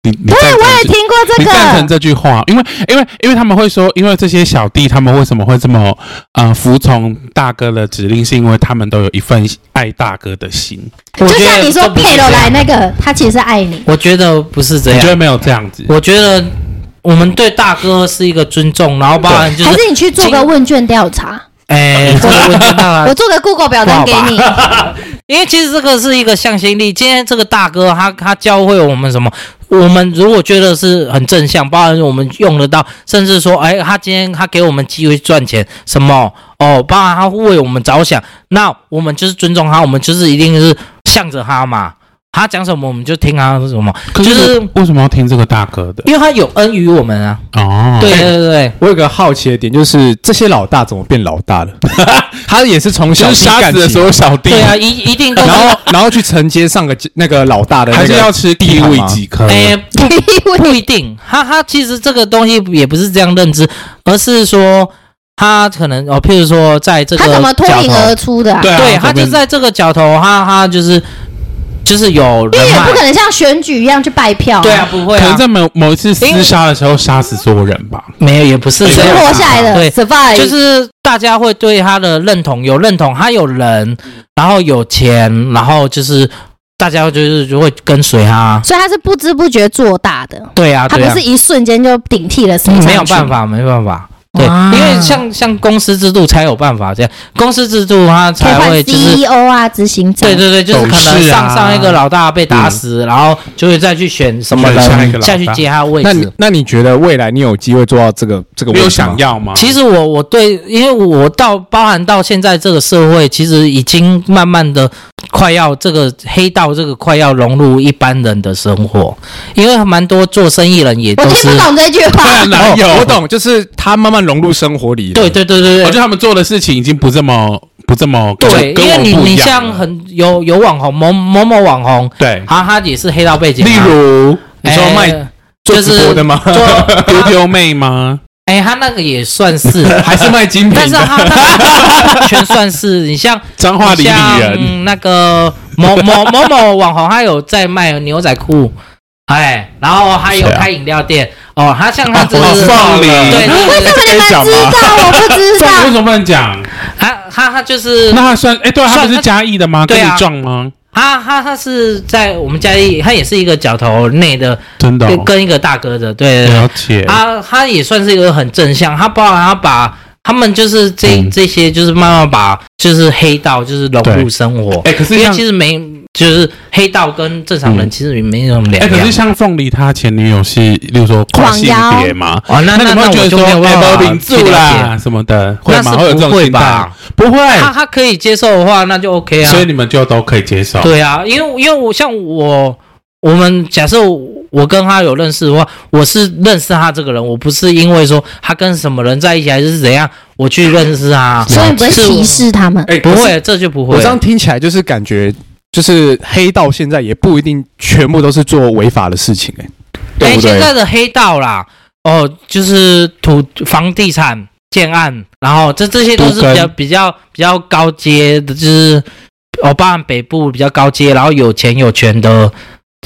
Speaker 2: 你你赞
Speaker 3: 对，
Speaker 2: 成
Speaker 3: 我也
Speaker 2: 这
Speaker 3: 听过这
Speaker 2: 你赞成
Speaker 3: 个。
Speaker 2: 这句话，因为因为因为他们会说，因为这些小弟他们为什么会这么呃服从大哥的指令，是因为他们都有一份爱大哥的心。
Speaker 1: 我
Speaker 3: 就
Speaker 1: 觉
Speaker 3: 像
Speaker 1: 得
Speaker 3: 你说
Speaker 1: 这不是
Speaker 3: 佩罗
Speaker 1: 这样
Speaker 3: 来那个，他其实是爱你。
Speaker 1: 我觉得不是这
Speaker 2: 你
Speaker 1: 样。
Speaker 2: 觉得没有这样子？
Speaker 1: 啊我觉得我们对大哥是一个尊重，然后包含就
Speaker 3: 还
Speaker 1: 是，
Speaker 3: 是你去做个问卷调查，
Speaker 1: 哎，这个问题到了
Speaker 3: 我做个 Google 表单给你。
Speaker 1: 因为其实这个是一个向心力。今天这个大哥他他教会我们什么？我们如果觉得是很正向，包含我们用得到，甚至说，哎，他今天他给我们机会赚钱，什么哦，包含他为我们着想，那我们就是尊重他，我们就是一定是向着他嘛。他讲什么我们就听他什么，
Speaker 2: 可
Speaker 1: 就是
Speaker 2: 为什么要听这个大哥的？
Speaker 1: 因为他有恩于我们啊。
Speaker 2: 哦，
Speaker 1: 对对对对，
Speaker 4: 我有个好奇的点，就是这些老大怎么变老 大了？他也是从小
Speaker 2: 就是杀
Speaker 4: 干
Speaker 2: 死
Speaker 4: 起
Speaker 2: 了所有小弟，
Speaker 1: 对啊，一一定都
Speaker 4: 然
Speaker 1: 是。
Speaker 4: 后然后去承接上个那个老大的、那个，
Speaker 2: 还是要吃地位几颗？
Speaker 1: 哎、
Speaker 3: 因
Speaker 1: 不
Speaker 3: 为
Speaker 1: 不一定，他他其实这个东西也不是这样认知，而是说他可能哦，譬如说在这个
Speaker 3: 他怎么脱
Speaker 1: 角
Speaker 3: 颖
Speaker 1: 头
Speaker 3: 而出的啊？
Speaker 2: 对啊，
Speaker 1: 对
Speaker 2: 怎
Speaker 1: 他就
Speaker 2: 么
Speaker 1: 在这个角头，他他就是就是有
Speaker 3: 因为
Speaker 1: 人
Speaker 3: 也不可
Speaker 1: 脉，
Speaker 3: 能像选举一样去拜票。
Speaker 1: 对啊，，不会
Speaker 2: 可能
Speaker 1: 啊，
Speaker 2: 在某某一次厮杀的时候杀死所有人吧。
Speaker 1: 没有也不是
Speaker 3: 你
Speaker 1: 这
Speaker 3: 是
Speaker 1: 样
Speaker 3: 活下来的
Speaker 1: 对
Speaker 3: ，survive。
Speaker 1: 啊就是大家会对他的认同有认同，他有人，然后有钱，然后就是大家就是就会跟随他，
Speaker 3: 所以他是不知不觉做大的，
Speaker 1: 对啊，
Speaker 3: 他
Speaker 1: 对
Speaker 3: 不
Speaker 1: 啊嗯
Speaker 3: 是一瞬间就顶替了谁？
Speaker 1: 没有办，法，没办法。对，
Speaker 3: 哇
Speaker 1: 因为像像公司制度才有办法这样，公司制度它
Speaker 3: 可以
Speaker 1: 才
Speaker 3: 换
Speaker 1: 会就是。
Speaker 3: CEO 啊，执行长。
Speaker 1: 对对对，就是可
Speaker 2: 董
Speaker 1: 能
Speaker 2: 事啊
Speaker 1: 上上一个老大被打死，然后就会再去选什么
Speaker 2: 选下一个
Speaker 1: 人
Speaker 2: 老大
Speaker 1: 下去接他的位
Speaker 4: 那你
Speaker 3: 啊
Speaker 1: 置。
Speaker 4: 那你觉得未来你有机会做到这个这个
Speaker 2: 你
Speaker 4: 位置
Speaker 2: 有
Speaker 4: 吗
Speaker 2: 想要吗？
Speaker 1: 其实我我对，因为我到包含到现在这个社会，其实已经慢慢的快要这个黑道这个快要融入一般人的生活，因为蛮多做生意人也
Speaker 3: 我
Speaker 1: 都
Speaker 3: 听
Speaker 1: 是
Speaker 3: 不懂这句话。
Speaker 2: 当然有，
Speaker 4: 哦我懂，就是他慢慢融入生活里。
Speaker 1: 对，对对对对
Speaker 2: 我觉，得他们做的事情已经不这么不这么
Speaker 1: 对，
Speaker 2: 跟
Speaker 1: 因
Speaker 2: 我
Speaker 1: 为你
Speaker 2: 不一
Speaker 1: 你
Speaker 2: 样啊
Speaker 1: 像
Speaker 2: 了
Speaker 1: 很有有网红某某某网红，
Speaker 2: 对，
Speaker 1: 他他也是黑道背景啊、
Speaker 2: 例如
Speaker 4: 你说
Speaker 1: 哎
Speaker 4: 卖
Speaker 1: 就
Speaker 4: 做
Speaker 1: 是
Speaker 4: 直播的吗？
Speaker 1: 做
Speaker 2: 丢
Speaker 1: 他
Speaker 2: 丢妹吗？
Speaker 1: 哎、他那个也算是，
Speaker 4: 还是卖精品？
Speaker 1: 但是啊他那个全算是你像
Speaker 2: 脏 话
Speaker 1: 你
Speaker 2: 里里
Speaker 1: 像
Speaker 2: 人，
Speaker 1: 嗯那个某某某某网红，他有在卖牛仔裤。哎，然后还有
Speaker 2: 谁啊
Speaker 1: 开饮料店、哦，他像他这
Speaker 2: 哦
Speaker 1: 个，
Speaker 2: 凤梨
Speaker 1: 对对
Speaker 3: 为
Speaker 1: 对
Speaker 3: 什么你们知道？我不知
Speaker 2: 这
Speaker 3: 道
Speaker 2: 样 为什么不能讲？
Speaker 1: 他他他就是
Speaker 2: 那他算哎，对啊，他不是嘉义的吗？跟
Speaker 1: 对啊
Speaker 2: 你撞吗？
Speaker 1: 他他他是在我们家里，他也是一个角头内的，
Speaker 2: 真的哦
Speaker 1: 跟跟一个啊大哥的，对对对，
Speaker 2: 了解，
Speaker 1: 他他也算是一个很正向，他包含他把他们就是这、
Speaker 2: 嗯
Speaker 1: 这些就是慢慢把就是黑道就是融入生活，
Speaker 2: 哎可是
Speaker 1: 因为
Speaker 2: 像
Speaker 1: 其实没就是黑道跟正常人
Speaker 2: 嗯
Speaker 1: 其实没什么
Speaker 2: 哎、
Speaker 1: 两
Speaker 2: 可是
Speaker 1: 样。
Speaker 2: 像凤梨，她前女友是，例如说跨性
Speaker 3: 网
Speaker 2: 别
Speaker 3: 妖
Speaker 2: 嘛，
Speaker 1: 哦，那
Speaker 2: 你
Speaker 1: 那
Speaker 2: 会觉
Speaker 1: 我
Speaker 2: 得
Speaker 1: 就
Speaker 2: 说
Speaker 1: 没有办
Speaker 2: 哎
Speaker 1: 法
Speaker 2: 包饼
Speaker 1: 去
Speaker 2: 住
Speaker 1: 了
Speaker 2: 啦什么的，会吗？
Speaker 1: 那
Speaker 2: 会有
Speaker 1: 是
Speaker 2: 这
Speaker 1: 不
Speaker 2: 种
Speaker 1: 会
Speaker 2: 心态
Speaker 1: 吧？？
Speaker 2: 不会，
Speaker 1: 他他可以接受的话，那就 OK 啊。
Speaker 2: 所以你们就都可以接受。
Speaker 1: 对啊，因为因为我像我，我们假设我跟他有认识的话，我是认识他这个人，我不是因为说他跟什么人在一起还是怎样，我去认识他，
Speaker 3: 所以你不会
Speaker 1: 是我
Speaker 3: 歧视他们。
Speaker 4: 嗯哎、
Speaker 1: 不
Speaker 4: 可是
Speaker 1: 会，这就不
Speaker 4: 我
Speaker 1: 会
Speaker 4: 这。样听起来就是感觉，就是黑道现在也不一定全部都是做违法的事情、哎，对
Speaker 1: 哎，
Speaker 4: 不
Speaker 1: 现
Speaker 4: 对？
Speaker 1: 在的黑道啦，哦，就是土房地产建案，然后这这些都是
Speaker 2: 都
Speaker 1: 比
Speaker 2: 跟
Speaker 1: 较比较比较高阶的，就是哦，包含北部比较高阶，然后有钱有权的。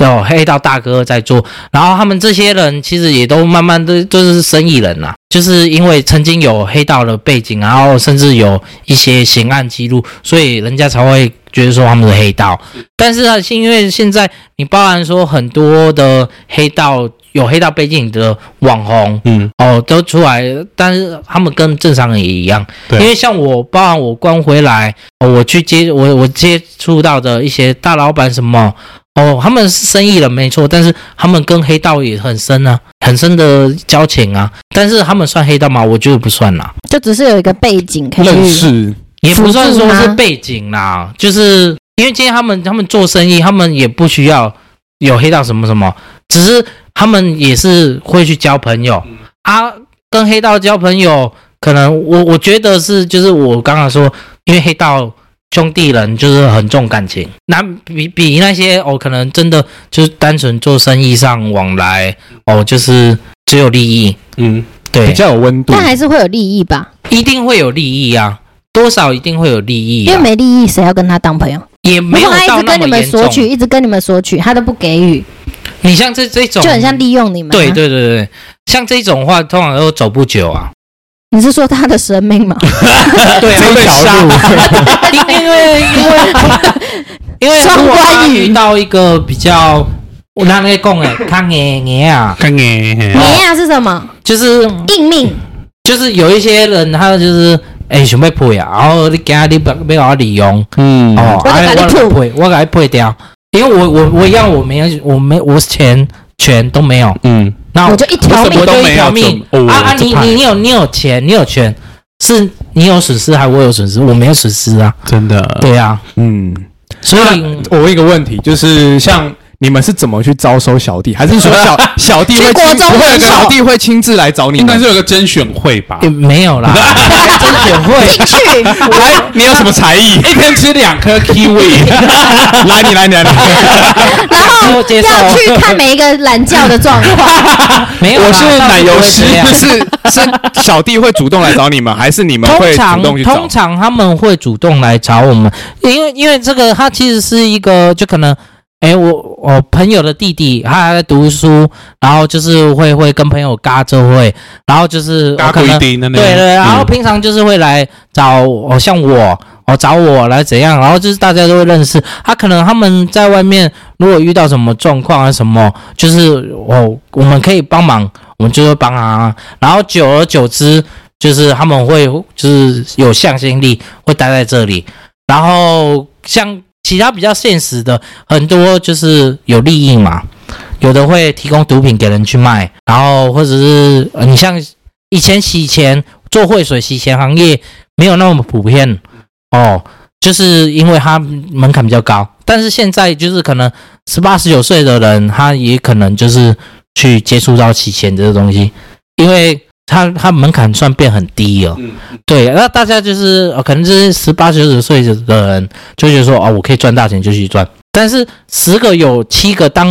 Speaker 1: 哦，黑道大哥在做，然后他们这些人其实也都慢慢的就是生意人啦、啊就是因为曾经有黑道的背景，然后甚至有一些刑案记录，所以人家才会觉得说他们是黑道。但是啊，因为现在你包含说很多的黑道有黑道背景的网红
Speaker 2: 嗯，
Speaker 1: 哦，都出来，但是他们跟正常人也一样，
Speaker 2: 对
Speaker 1: 因为像我，包含我关回来，哦、我去接我我接触到的一些大老板什么。哦，他们是生意人没错，但是他们跟黑道也很深啊，很深的交情啊。但是他们算黑道吗？我觉得不算啊啦。
Speaker 3: 就只是有一个背景可
Speaker 4: 认
Speaker 3: 以去，
Speaker 4: 识
Speaker 1: 也不算
Speaker 3: 辅助
Speaker 1: 说
Speaker 3: 吗
Speaker 1: 是背景啦，就是因为今天他们他们做生意，他们也不需要有黑道什么什么，只是他们也是会去交朋友啊，跟黑道交朋友，可能我我觉得是就是我刚刚说，因为黑道。兄弟人就是很重感情，那比比那些哦，可能真的就是单纯做生意上往来哦，就是只有利益，
Speaker 2: 嗯，
Speaker 1: 对
Speaker 4: 比，较有温度
Speaker 3: 但，还是会有利益吧？
Speaker 1: 一定会有利益啊，多少一定会有利益、啊，
Speaker 3: 因为没利益，谁要跟他当朋友？
Speaker 1: 也
Speaker 3: 如
Speaker 1: 没有
Speaker 3: 果啊他一
Speaker 1: 到
Speaker 3: 直
Speaker 1: 那
Speaker 3: 跟你
Speaker 1: 么
Speaker 3: 们
Speaker 1: 严重。
Speaker 3: 索取，一直跟你们索取，他都不给予，
Speaker 1: 你像这这种，
Speaker 3: 就很像利用你们、啊
Speaker 1: 对，对对对，像这种话通常都走不久啊。
Speaker 3: 你是说他的生命吗？
Speaker 1: 对啊，
Speaker 4: 这一条路，
Speaker 1: 因为因为因为
Speaker 3: 双
Speaker 1: 如果他
Speaker 3: 关语
Speaker 1: 遇到一个比较，我拿那个讲诶，他硬硬啊，
Speaker 2: 看你
Speaker 3: 绵呀是什么？
Speaker 1: 就是
Speaker 3: 硬命，
Speaker 1: 就是有一些人他就是哎想要配啊，然后你今日你被要我利用
Speaker 2: 嗯
Speaker 1: 哦，
Speaker 3: 我就
Speaker 1: 哎
Speaker 3: 把你
Speaker 1: 我
Speaker 3: 吐
Speaker 1: 配，我给他配掉，因为我我我一样我没有我没我钱全都没有，
Speaker 2: 嗯，
Speaker 1: 那
Speaker 3: 我就一条
Speaker 1: 我
Speaker 3: 命
Speaker 1: 我。就一条
Speaker 2: 怎
Speaker 1: 命
Speaker 2: 么哦
Speaker 1: 啊啊！
Speaker 2: 这
Speaker 1: 你
Speaker 2: 派
Speaker 1: 你你有你有钱，你有权，是你有损失还我有损失？我没有损失啊，
Speaker 2: 真的，
Speaker 1: 对啊，
Speaker 4: 嗯。
Speaker 1: 所以
Speaker 4: 我问一个问题，就是像你们是怎么去招收小弟，还是说小小弟
Speaker 3: 去
Speaker 4: 会
Speaker 3: 国
Speaker 4: 亲
Speaker 3: 中
Speaker 4: 不会有
Speaker 3: 很
Speaker 4: 个
Speaker 3: 少
Speaker 4: 小弟会亲自来找你
Speaker 2: 应
Speaker 4: 们？
Speaker 2: 该是有个甄选会吧
Speaker 1: 也？没有 啦， 甄选会
Speaker 3: 去，
Speaker 4: 来，你有什么才艺？
Speaker 2: 一天吃两颗 kiwi，
Speaker 4: 来，你来，你来，你来
Speaker 3: 然后
Speaker 1: 接受
Speaker 3: 要去看每一个懒觉的状况，
Speaker 1: 没有啦，
Speaker 4: 我是
Speaker 1: 倒
Speaker 4: 奶
Speaker 1: 不
Speaker 4: 油
Speaker 1: 会
Speaker 4: 师
Speaker 1: 这，样
Speaker 4: 是是小弟会主动来找你们，还 是你们会
Speaker 1: 通
Speaker 4: 主动
Speaker 1: 常
Speaker 4: 去找
Speaker 1: 通？常他们会主动来找我们，因为因为这个他其实是一个就可能。哎，我我朋友的弟弟，他还在读书，然后就是会会跟朋友嘎着会，然后就是
Speaker 2: 嘎
Speaker 1: 我可
Speaker 2: 不一
Speaker 1: 能
Speaker 2: 定那那
Speaker 1: 对对，然后
Speaker 2: 嗯
Speaker 1: 平常就是会来找哦，像我哦找我来怎样，然后就是大家都会认识。他、可能他们在外面如果遇到什么状况啊什么，就是哦我们可以帮忙，我们就会帮他。然后久而久之，就是他们会就是有向心力，会待在这里。然后像其他比较现实的，很多就是有利益嘛，有的会提供毒品给人去卖，然后或者是呃你像以前洗钱做汇水洗钱行业没有那么普遍哦，就是因为它门槛比较高，但是现在就是可能十八十九岁的人，他也可能就是去接触到洗钱这个东西，因为他他门槛算变很低了。
Speaker 2: 嗯
Speaker 1: 对，那大家就是、呃、可能就是十八九十岁的人就觉得说哦，我可以赚大钱就去赚，但是十个有七个当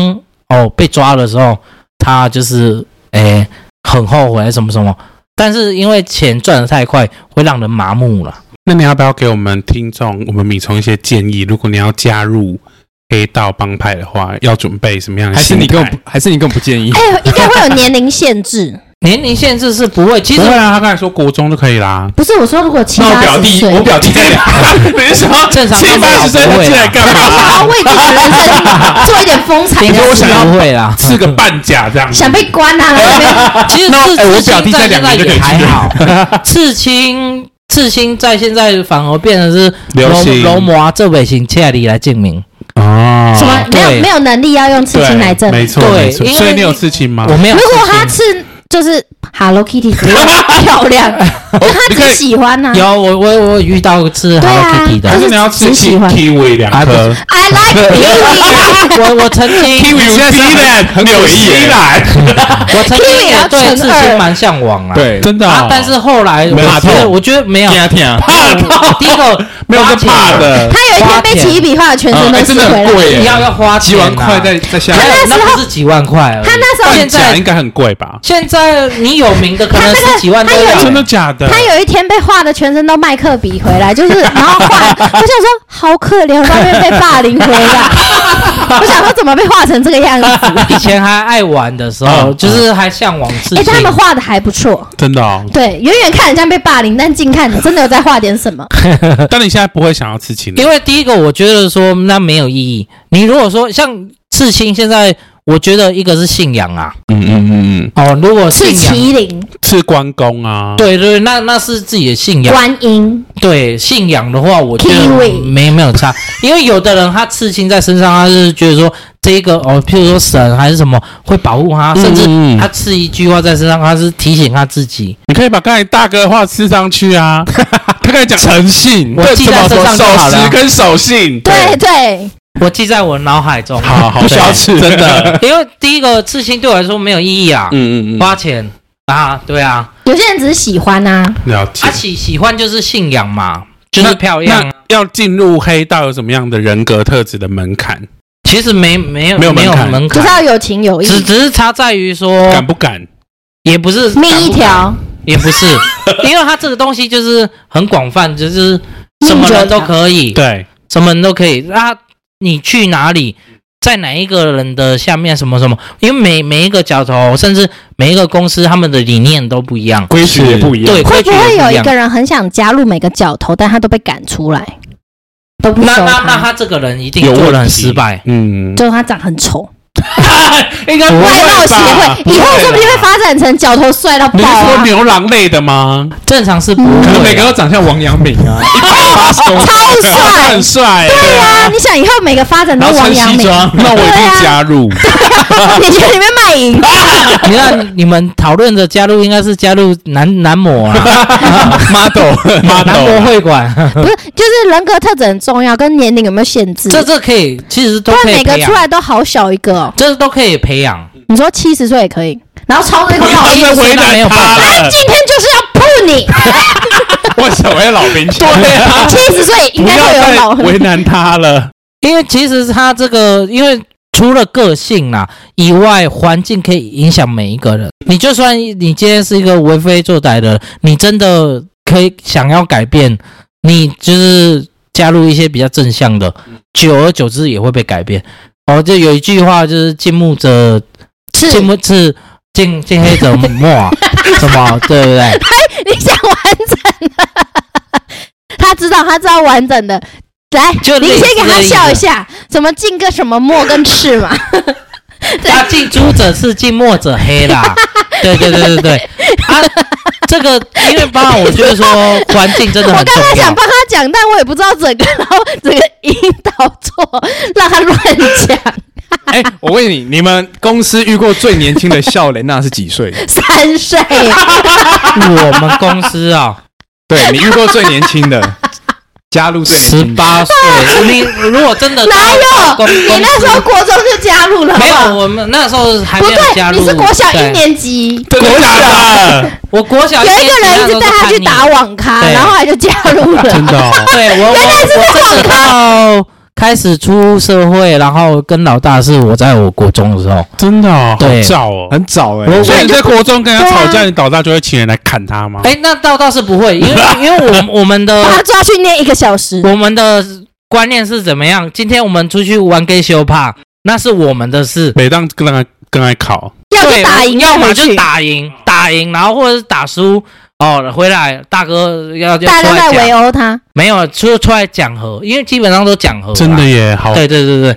Speaker 1: 哦被抓的时候，他就是诶很后悔什么什么，但是因为钱赚的太快，会让人麻木了。
Speaker 2: 那你要不要给我们听众、我们米虫一些建议？如果你要加入黑道帮派的话，要准备什么样的
Speaker 4: 还是
Speaker 2: 心态？啊
Speaker 4: 你根本不还是你根本不建议
Speaker 3: 哎？、应该会有年龄限制。
Speaker 1: 年龄限制是不会，其实
Speaker 2: 不会啊，他刚才说国中就可以啦。
Speaker 3: 不是我说，如果七
Speaker 2: 那我
Speaker 3: 八
Speaker 2: 表
Speaker 3: 十
Speaker 2: 弟，
Speaker 3: 岁，
Speaker 2: 我表弟在哪？你是说
Speaker 1: 正常
Speaker 2: 七
Speaker 1: 干嘛
Speaker 2: 八十岁
Speaker 1: 不
Speaker 2: 哎他
Speaker 1: 会啊
Speaker 2: 进来干
Speaker 3: 他
Speaker 2: 嘛？
Speaker 3: 想要为自己的人生做一点风采
Speaker 1: 顶
Speaker 2: 你
Speaker 3: 的
Speaker 2: 说我
Speaker 1: 多
Speaker 3: 事，
Speaker 1: 是
Speaker 2: 想要
Speaker 1: 不会啦。
Speaker 2: 是个半甲这样子，
Speaker 3: 想被关啊！然后那边
Speaker 1: 其实
Speaker 2: 那
Speaker 1: 刺
Speaker 2: 哎我
Speaker 1: 刺
Speaker 2: 表弟
Speaker 1: 青
Speaker 2: 在
Speaker 1: 在
Speaker 2: 两
Speaker 1: 现在
Speaker 2: 年就可以
Speaker 1: 也还
Speaker 2: 去了
Speaker 1: 好， 刺青刺青在现在反而变成是
Speaker 2: 流
Speaker 1: 龙
Speaker 2: 行
Speaker 1: 龙膜这尾型切里来证明。
Speaker 2: 啊，
Speaker 3: 什么没
Speaker 1: 对
Speaker 3: 有没有能力要用刺
Speaker 2: 对
Speaker 3: 青来证明
Speaker 2: 没。错，
Speaker 1: 对
Speaker 2: 没错
Speaker 1: 因为
Speaker 2: 所以你有事情吗？
Speaker 1: 我没有
Speaker 3: 如
Speaker 1: 刺青。
Speaker 3: 果他刺就是 Hello Kitty 不用漂亮，因为 他
Speaker 2: 你可
Speaker 3: 只
Speaker 2: 以
Speaker 3: 喜欢啊呐。
Speaker 1: 有我我我遇到是
Speaker 3: 对
Speaker 1: Hello
Speaker 3: 啊
Speaker 1: Kitty 的
Speaker 2: 还
Speaker 3: 就是
Speaker 2: 你要
Speaker 3: 只
Speaker 2: 吃
Speaker 3: 喜
Speaker 2: ki-
Speaker 3: 欢
Speaker 2: kiwi 两
Speaker 1: 啊不
Speaker 2: 颗
Speaker 1: 是
Speaker 3: I like Kiwi，
Speaker 1: 我我曾经，
Speaker 2: ，kiwi
Speaker 4: 现在是很
Speaker 2: 纽西兰，
Speaker 1: 我曾经也对刺青蛮向往啊。
Speaker 4: 对，
Speaker 2: 真的啊
Speaker 1: 啊，，但是后来
Speaker 2: 没
Speaker 1: 我
Speaker 2: 怕
Speaker 1: 觉得，
Speaker 2: 痛
Speaker 1: 我觉得没有
Speaker 5: 听啊听啊，
Speaker 1: 怕痛。第一个
Speaker 2: 没有
Speaker 1: 花
Speaker 2: 个
Speaker 1: 钱
Speaker 2: 怕的，
Speaker 3: 他有一天被起一笔画，全
Speaker 5: 嗯
Speaker 3: 身
Speaker 4: 啊
Speaker 3: 都
Speaker 5: 哎
Speaker 3: 是
Speaker 5: 真的很
Speaker 3: 回来。
Speaker 5: 贵
Speaker 1: 你要
Speaker 5: 耶，
Speaker 1: 要花钱
Speaker 4: 几
Speaker 1: 啊
Speaker 4: 万块再再下
Speaker 1: 没
Speaker 4: 来，
Speaker 1: 有
Speaker 3: 他那时候
Speaker 1: 那不是几万块而已，
Speaker 3: 他那时候
Speaker 2: 半
Speaker 1: 现
Speaker 2: 价
Speaker 1: 在
Speaker 2: 应该很贵吧？
Speaker 1: 现在你有名的可能
Speaker 3: 他那个
Speaker 1: 十几万都
Speaker 3: 他有
Speaker 2: 真
Speaker 1: 有
Speaker 2: 的。假
Speaker 1: 啊
Speaker 2: 的？
Speaker 3: 他有一天被画的全身都麦克笔回 来，就是然后画，我想说好可怜，我外面被霸凌回 来，我想说怎么被画成这个样子？
Speaker 1: 以前还爱玩的
Speaker 4: 啊
Speaker 1: 时候，
Speaker 2: 嗯
Speaker 1: 就是还向往刺
Speaker 3: 哎、
Speaker 1: 青。
Speaker 3: 他们画的还不错，，
Speaker 2: 真的哦
Speaker 3: 对，远远看很像被霸凌，但近看真的有在画点什么。
Speaker 2: 但你现在不会想要吃青的
Speaker 1: 因为第一个，我觉得说那没有意义。你如果说像刺青，现在我觉得一个是信仰啊，
Speaker 2: 嗯嗯嗯嗯，
Speaker 1: 哦，如果信
Speaker 3: 是
Speaker 1: 仰，
Speaker 3: 麒麟、
Speaker 2: 吃关公啊，，
Speaker 1: 对对，那那是自己的信仰。啊
Speaker 3: 观音，
Speaker 1: 对信仰的话，我觉
Speaker 3: Kiwi
Speaker 1: 得没没有差，因为有的人他刺青在身上，他是觉得说这个哦，譬如说神还是什么会保护他，甚至
Speaker 2: 嗯嗯嗯
Speaker 1: 他刺一句话在身上，他是提醒他自己。
Speaker 2: 你可以把刚才大哥的话吃上去啊，他刚才讲
Speaker 4: 诚信
Speaker 1: 我
Speaker 2: 对
Speaker 1: 记
Speaker 2: 怎
Speaker 1: 在
Speaker 2: 么
Speaker 1: 身
Speaker 2: 说
Speaker 1: 上就好
Speaker 2: 手
Speaker 1: 了
Speaker 2: 势
Speaker 1: 啊，
Speaker 2: 跟手信，
Speaker 3: 对对，
Speaker 1: 我记在我脑海中。
Speaker 2: 好 好
Speaker 1: 对
Speaker 2: 需要吃，真的，
Speaker 1: 因为第一个刺青对我来说没有意义啊，
Speaker 2: 嗯嗯
Speaker 1: 花钱啊，对啊。
Speaker 3: 有些人只是喜欢呐、啊，
Speaker 2: 了解
Speaker 1: 他。喜喜欢就是信仰嘛，就是漂亮啊。
Speaker 2: 要进入黑道有什么样的人格特质的门槛？
Speaker 1: 其实没没有
Speaker 2: 没有
Speaker 1: 没有
Speaker 2: 门槛
Speaker 1: 门
Speaker 3: 就是
Speaker 1: 槛，
Speaker 3: 要有情有义，
Speaker 1: 只只是差在于
Speaker 2: 敢
Speaker 1: 说，
Speaker 2: 不敢？
Speaker 1: 也不是
Speaker 3: 命一条，
Speaker 1: 也不 是，因为他这个东西就是很广泛，就是什么人都可以，
Speaker 2: 对，
Speaker 1: 什么人都可以。那你去哪里？在哪一个人的下面什么什么？因为每每一个角头，甚至每一个公司，他们的理念都不一样，
Speaker 4: 规矩也不一样。
Speaker 1: 对，规
Speaker 3: 会
Speaker 1: 矩
Speaker 3: 不
Speaker 1: 也
Speaker 3: 会有
Speaker 1: 一
Speaker 3: 一
Speaker 1: 样。
Speaker 3: 个人很想加入每个角头，但他都被赶出来，都不
Speaker 1: 那
Speaker 3: 收
Speaker 1: 那那
Speaker 3: 他，
Speaker 1: 他这个人一定
Speaker 2: 有
Speaker 1: 做
Speaker 2: 问
Speaker 1: 的很
Speaker 2: 题
Speaker 1: 失败，
Speaker 2: 嗯，
Speaker 3: 最后他长很丑，
Speaker 1: 应该不
Speaker 3: 外
Speaker 1: 会
Speaker 3: 貌协会以后说不定会发展成角头帅到爆、
Speaker 2: 你是说
Speaker 3: 啊，
Speaker 2: 牛郎类的吗？
Speaker 1: 正常是不
Speaker 4: 可能每
Speaker 1: 会
Speaker 3: 嗯
Speaker 4: 个
Speaker 1: 啊。
Speaker 4: 都长像王阳明啊，一百八十公分，
Speaker 3: 超
Speaker 2: 他
Speaker 3: 帅
Speaker 2: 很。帅，
Speaker 3: 对呀、你想以后每个发展都
Speaker 5: 然后
Speaker 3: 王
Speaker 5: 穿
Speaker 3: 阳
Speaker 5: 西
Speaker 3: 明，啊
Speaker 5: 装，
Speaker 2: 那我一定加入。
Speaker 3: 你去里面卖淫，
Speaker 1: 你看你们讨论的加入应该是加入男男模啦，
Speaker 4: model
Speaker 1: 男模啊会 馆，
Speaker 3: 不是，就是人格特质很重要，跟年龄有没有限制？
Speaker 1: 这这可以，其实都
Speaker 3: 不
Speaker 1: 可
Speaker 3: 然
Speaker 1: 以
Speaker 3: 每个
Speaker 1: 培养
Speaker 3: 出，来都好小一个哦。
Speaker 1: 这都可以培养。
Speaker 3: 你说七十岁也可以，然后超那个老
Speaker 2: 他
Speaker 3: 兵，
Speaker 2: 在为
Speaker 1: 没有
Speaker 2: 难
Speaker 1: 办法
Speaker 2: 他
Speaker 3: 他
Speaker 2: 了，
Speaker 3: 今天就是要扑你。
Speaker 5: 为什么要老兵枪？
Speaker 3: 七十岁应
Speaker 2: 不
Speaker 3: 该
Speaker 2: 要
Speaker 3: 会有
Speaker 2: 再
Speaker 3: 老，
Speaker 2: 为难他了。
Speaker 1: 因为其实他这个，因为除了个性啦、以外，环境可以影响每一个人。你就算你今天是一个为非作歹的，你真的可以想要改变，你就是加入一些比较正向的，久而久之也会被改变。哦，就有一句话就是近墨者
Speaker 3: 是
Speaker 1: 近墨是近近黑者墨，什么对不对？
Speaker 3: 你想完整的，他知道，他知道完整的。来，
Speaker 1: 就
Speaker 3: 你
Speaker 1: 类似
Speaker 3: 先给他
Speaker 1: 的意思
Speaker 3: 笑一下，什么进个什么墨跟 赤嘛，
Speaker 1: 啊，近朱者赤，近墨者黑 啦。对对对对对，啊，这个因为包含我觉得说环境真的
Speaker 3: 我
Speaker 1: 很重
Speaker 3: 刚刚想
Speaker 1: 要。
Speaker 3: 帮他讲，但我也不知道整个，然后整个引导错，让他乱讲。
Speaker 4: 哎，我问你，你们公司遇过最年轻的笑脸那是几岁？
Speaker 3: 三 岁，
Speaker 1: 啊我们公司啊、
Speaker 4: 对你遇过最年轻的，加入最年
Speaker 1: 十
Speaker 4: 轻的，
Speaker 1: 八岁，你如果真的
Speaker 3: 哪有
Speaker 1: 公
Speaker 3: 你那时候国中就加入了，好
Speaker 1: 没
Speaker 3: 不
Speaker 1: 有，
Speaker 3: 好？
Speaker 1: 我们那时候还
Speaker 3: 不
Speaker 1: 没有加
Speaker 3: 对，
Speaker 1: 入。
Speaker 3: 你是国小一
Speaker 1: 对，
Speaker 3: 年级，
Speaker 2: 真的假的？
Speaker 1: 我国小
Speaker 3: 有一个人一直带他去打
Speaker 1: 我。
Speaker 3: 网咖，
Speaker 1: 对
Speaker 3: 然后还就加入了。
Speaker 2: 真的哦，
Speaker 1: 对我，我我真的到开始出社会，然后跟老大是我在我国中的时候。
Speaker 2: 真的哦，好
Speaker 1: 对
Speaker 2: 照哦。
Speaker 4: 很早哎、
Speaker 1: 我
Speaker 2: 所以
Speaker 3: 你
Speaker 2: 你
Speaker 3: 就
Speaker 2: 在国中跟人家
Speaker 3: 对啊
Speaker 2: 吵架，你老大就会请人来砍他吗？
Speaker 1: 哎，那倒倒是不会，因为因为我我们的
Speaker 3: 把他抓去念一个小时，
Speaker 1: 我们的观念是怎么样？今天我们出去玩 gay 修怕，那是我们的事。
Speaker 2: 每当跟他跟他考，
Speaker 3: 要
Speaker 1: 对，
Speaker 3: 就打赢，
Speaker 1: 要么
Speaker 3: 回
Speaker 1: 就
Speaker 3: 去，
Speaker 1: 打赢，打赢，然后或者是打输。哦，回来大哥要要出
Speaker 3: 大家都
Speaker 1: 来
Speaker 3: 在围
Speaker 1: 讲，
Speaker 3: 殴他。
Speaker 1: 没有出出来讲和，因为基本上都讲和啦。啊
Speaker 2: 真的耶，好
Speaker 1: 对对对对，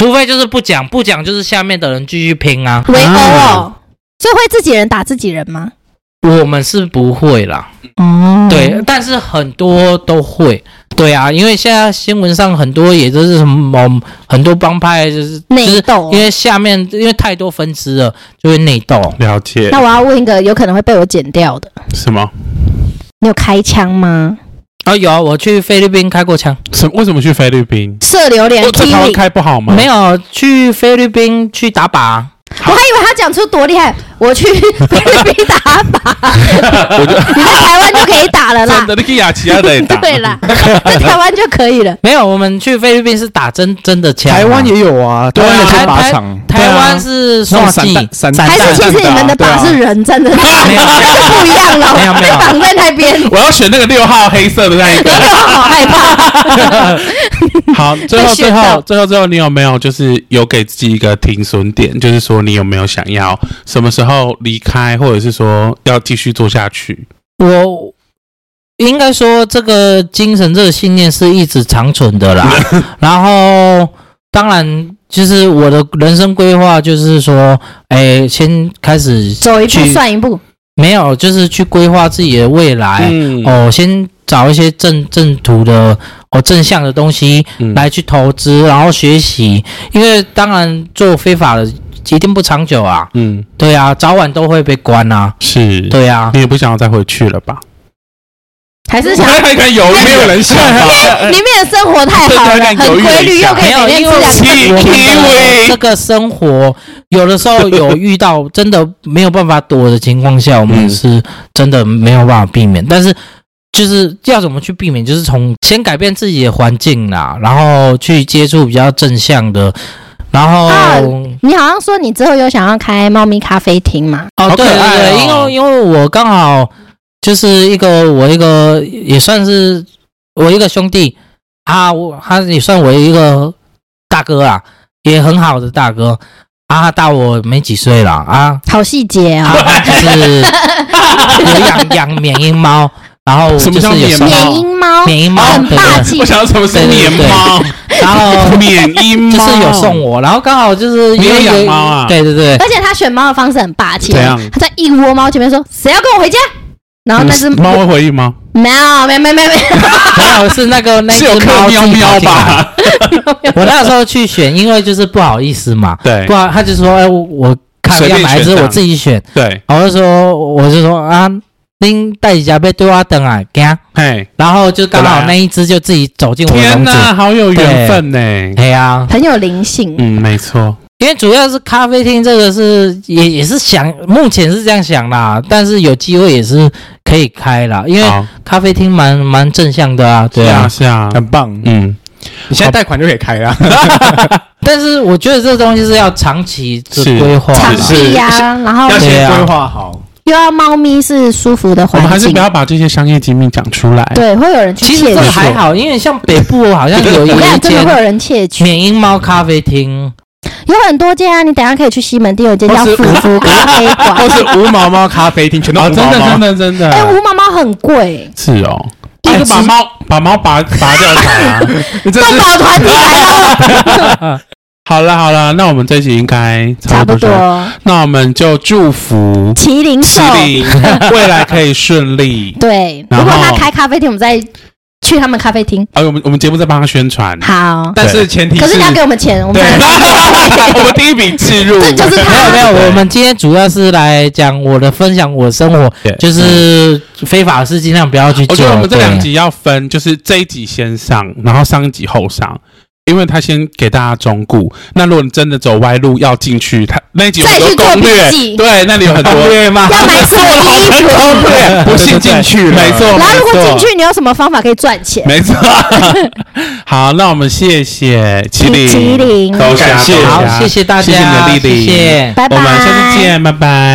Speaker 1: 除非就是不讲，不讲就是下面的人继续拼啊。
Speaker 3: 围殴哦，所以会自己人打自己人吗？
Speaker 1: 我们是不会啦，
Speaker 3: 哦，
Speaker 1: 对，但是很多都会，对啊，因为现在新闻上很多也就是什么某很多帮派就是就是
Speaker 3: 内
Speaker 4: 哦
Speaker 3: 斗哦
Speaker 1: 因。为下面因为太多分支了，就会内斗。
Speaker 2: 了解
Speaker 3: 那我要问一个有可能会被我剪掉的，
Speaker 2: 什么？
Speaker 3: 你有开枪吗？
Speaker 1: 啊，有啊我去菲律宾开过枪，
Speaker 2: 什为什么去菲律宾？
Speaker 3: 射榴莲
Speaker 2: 我在台湾
Speaker 3: kiwi，
Speaker 2: 开不好
Speaker 4: 哦
Speaker 2: 吗？
Speaker 1: 没有去菲律宾去打靶啊，
Speaker 3: 我还以为他讲出多厉害，我去菲律宾 打靶，你在台湾就可以打了啦
Speaker 2: 真。的，你去雅
Speaker 4: 啊
Speaker 2: 琪亚的打。
Speaker 3: 对啦，在台湾就 可以了。
Speaker 1: 没有，我们去菲律宾是打真真的枪啊。
Speaker 4: 台湾也有啊，台
Speaker 1: 对
Speaker 4: 湾
Speaker 1: 啊
Speaker 4: 有些
Speaker 1: 台
Speaker 4: 靶
Speaker 1: 台
Speaker 4: 场，
Speaker 1: 台湾是
Speaker 4: 那
Speaker 1: 算
Speaker 4: 种
Speaker 1: 计
Speaker 4: 散，弹、散弹
Speaker 3: 还是其实你们的
Speaker 4: 对啊
Speaker 3: 靶是人真的，那
Speaker 1: 没有
Speaker 3: 是不一样了。
Speaker 1: 没有没有啊
Speaker 3: 被绑在那 边，
Speaker 2: 我要选那个六号黑色的那一个。
Speaker 3: 我好害怕。
Speaker 2: 好，最后
Speaker 3: 被
Speaker 2: 最
Speaker 3: 选
Speaker 2: 后
Speaker 3: 到
Speaker 2: 最后最后，你有没有就是有给自己一个停损点？就是说，你有没有想要什么时候离开，或者是说要继续做下去？
Speaker 1: 我应该说这个精神这个信念是一直长存的 啦。然后当然就是我的人生规划就是说，哎，先开始
Speaker 3: 走一步
Speaker 1: 去
Speaker 3: 算一步，
Speaker 1: 没有，就是去规划自己的未来。
Speaker 2: 嗯，
Speaker 1: 哦，先找一些正正途的哦正向的东西
Speaker 2: 嗯
Speaker 1: 来去投资，然后学习，因为当然做非法的一定不长久啊，
Speaker 2: 嗯，
Speaker 1: 对啊，早晚都会被关啊，
Speaker 2: 是，
Speaker 1: 对啊，
Speaker 2: 你也不想要再回去了吧？
Speaker 3: 还是想
Speaker 5: 看看有没有 人想吧？
Speaker 3: 里面的生活太好了，很规律，又可
Speaker 1: 没
Speaker 3: 以
Speaker 1: 有，
Speaker 3: 每天
Speaker 1: 因
Speaker 3: 吃
Speaker 1: 为
Speaker 3: 两
Speaker 5: 吃
Speaker 1: 我
Speaker 5: 两
Speaker 1: 们
Speaker 5: 个
Speaker 1: 的
Speaker 5: kiwi
Speaker 1: 这个生活有的时候 有遇到真的没有办法躲的情况下，我们
Speaker 2: 嗯
Speaker 1: 是真的没有办法避免，但是。就是要怎么去避免，就是从先改变自己的环境啦，然后去接触比较正向的，然后、
Speaker 3: 啊你好像说你之后有想要开猫咪咖啡厅嘛？
Speaker 1: 哦，
Speaker 2: 好
Speaker 1: 对
Speaker 2: 可
Speaker 1: 对
Speaker 2: 爱
Speaker 1: 对，因
Speaker 2: 哦
Speaker 1: 为因为我刚好就是一个我一个也算是我一个兄弟啊，我他也算我一个大哥啊，也很好的大哥啊，他大我没几岁啦啊，
Speaker 3: 好细节啊！
Speaker 1: 啊就是有养养缅因猫，然后
Speaker 2: 什
Speaker 1: 就
Speaker 2: 么叫
Speaker 1: 是也
Speaker 2: 猫
Speaker 1: 算
Speaker 3: 缅因猫哦
Speaker 1: 缅因猫，
Speaker 3: 很
Speaker 1: 对
Speaker 3: 霸
Speaker 1: 对
Speaker 3: 气
Speaker 2: 我，想要什么是
Speaker 1: 对对
Speaker 2: 棉
Speaker 1: 对
Speaker 2: 猫，
Speaker 1: 对，然后
Speaker 2: 缅因
Speaker 1: 就
Speaker 2: 猫
Speaker 1: 是有送我，然后刚好就是
Speaker 2: 你有
Speaker 1: 有一个
Speaker 2: 养猫啊
Speaker 1: 对对对，
Speaker 3: 而且他选猫的方式很霸气
Speaker 2: 怎样，
Speaker 3: 他在一窝猫前面说：“谁要跟我回家？”然后那只
Speaker 2: 猫会回应吗？
Speaker 3: 没有，没没没没，
Speaker 1: 然后是那个那
Speaker 2: 是有
Speaker 1: 只猫
Speaker 2: 看喵
Speaker 1: 自己跑
Speaker 2: 喵
Speaker 1: 进来
Speaker 2: 吧？
Speaker 1: 我那时候去选，因为就是不好意思嘛，
Speaker 2: 对
Speaker 1: 不然他就说，哎，我我看
Speaker 2: 随
Speaker 1: 要
Speaker 2: 便
Speaker 1: 哪一只
Speaker 2: 选这样
Speaker 1: 我自己选，
Speaker 2: 对，
Speaker 1: 然后就说我就说啊，您带几家被对我等啊，行，
Speaker 2: 嘿，
Speaker 1: 然后就刚
Speaker 2: 对
Speaker 1: 好
Speaker 2: 啊
Speaker 1: 那一只就自己走进我的
Speaker 2: 天
Speaker 1: 笼
Speaker 2: 哪，
Speaker 1: 子，
Speaker 2: 好有缘分呢。
Speaker 1: 哎呀，
Speaker 3: 很有灵性。
Speaker 2: 嗯，没错，
Speaker 1: 因为主要是咖啡厅这个是也也是想目前是这样想啦，但是有机会也是可以开啦，因为
Speaker 2: 好，
Speaker 1: 咖啡厅蛮蛮正向的啊，对
Speaker 2: 是
Speaker 1: 啊
Speaker 2: 啊，，是啊，
Speaker 4: 很棒。
Speaker 2: 嗯，
Speaker 4: 你现在贷款就可以开了，
Speaker 1: 但是我觉得这东西是要长期的
Speaker 2: 是
Speaker 1: 规划啦，
Speaker 3: 场
Speaker 4: 是
Speaker 3: 地呀、然后
Speaker 4: 要
Speaker 1: 对
Speaker 4: 先
Speaker 1: 啊
Speaker 4: 规划 好。
Speaker 3: 又要猫咪是舒服的
Speaker 2: 我们还
Speaker 3: 环
Speaker 2: 是
Speaker 3: 境
Speaker 2: 不，要把这些商业机密讲出来。
Speaker 3: 对，会有人去
Speaker 1: 其实
Speaker 3: 窃
Speaker 1: 这
Speaker 3: 取，
Speaker 1: 还好，因为像北部好像有
Speaker 3: 我
Speaker 1: 有
Speaker 3: 跟
Speaker 1: 一
Speaker 3: 你讲，真的会
Speaker 1: 间
Speaker 3: 有人窃取，
Speaker 1: 缅因猫咖啡厅，
Speaker 3: 有很多间啊。你等一下可以去西门町有一间叫
Speaker 4: 或是
Speaker 3: 福福咖啡
Speaker 4: 都
Speaker 3: 馆，
Speaker 4: 是无毛猫咖啡厅，全都
Speaker 2: 啊，
Speaker 4: 无
Speaker 2: 真
Speaker 4: 毛
Speaker 2: 的，真
Speaker 4: 猫。
Speaker 2: 的，真
Speaker 3: 哎、
Speaker 2: 的，
Speaker 3: 无毛猫很贵，
Speaker 2: 是哦。
Speaker 3: 哎
Speaker 2: 那就把
Speaker 3: 其实
Speaker 2: 猫把猫拔拔掉才 啊。
Speaker 4: 你这
Speaker 3: 动
Speaker 4: 是
Speaker 3: 保团体来了，
Speaker 2: 好了好了，那我们这集应该
Speaker 3: 差
Speaker 2: 差
Speaker 3: 不
Speaker 2: 不多。
Speaker 3: 多。
Speaker 2: 那我们就 祝福
Speaker 3: 麒麟兽，
Speaker 2: 麒麟未来可以顺利。
Speaker 3: 对，
Speaker 2: 然
Speaker 3: 如
Speaker 2: 后
Speaker 3: 果他开咖啡厅，我们再去他们咖啡厅。
Speaker 2: 哎，我们我们节目在帮他宣传。
Speaker 3: 好，
Speaker 4: 但是前提
Speaker 3: 可是你要给我们钱，我们
Speaker 4: 对
Speaker 3: 才
Speaker 2: 我们第一笔置入，
Speaker 3: 这就是
Speaker 1: 没有
Speaker 3: 他
Speaker 1: 没有，
Speaker 2: 对
Speaker 1: 我们今天主要是来讲我的分享，我的生活
Speaker 2: 对
Speaker 1: 就是非法的事尽量不要去做。
Speaker 2: 我觉得我们这
Speaker 1: 对
Speaker 2: 两集要分，就是这一集先上，然后上一集后上，因为他先给大家忠顾。那如果你真的走歪路要进去，他那一集有
Speaker 3: 再
Speaker 2: 很
Speaker 3: 去
Speaker 2: 多
Speaker 3: 做
Speaker 2: 攻略
Speaker 3: 笔，记
Speaker 2: 对，那里有很多
Speaker 4: 攻略吗？
Speaker 3: 要买什么衣 服？
Speaker 2: 攻略，
Speaker 4: 不信进去了
Speaker 2: 没错，
Speaker 3: 然后如果
Speaker 2: 没错
Speaker 3: 进，去，你有什么方法可以赚钱？
Speaker 2: 没错。 好，那我们谢谢麒麟，
Speaker 3: 麒麟
Speaker 2: 都
Speaker 4: 感谢
Speaker 2: 都
Speaker 1: 好，谢谢大家，
Speaker 2: 谢谢你的弟弟，
Speaker 1: 谢谢
Speaker 3: 拜拜，
Speaker 2: 我们下次见，拜拜。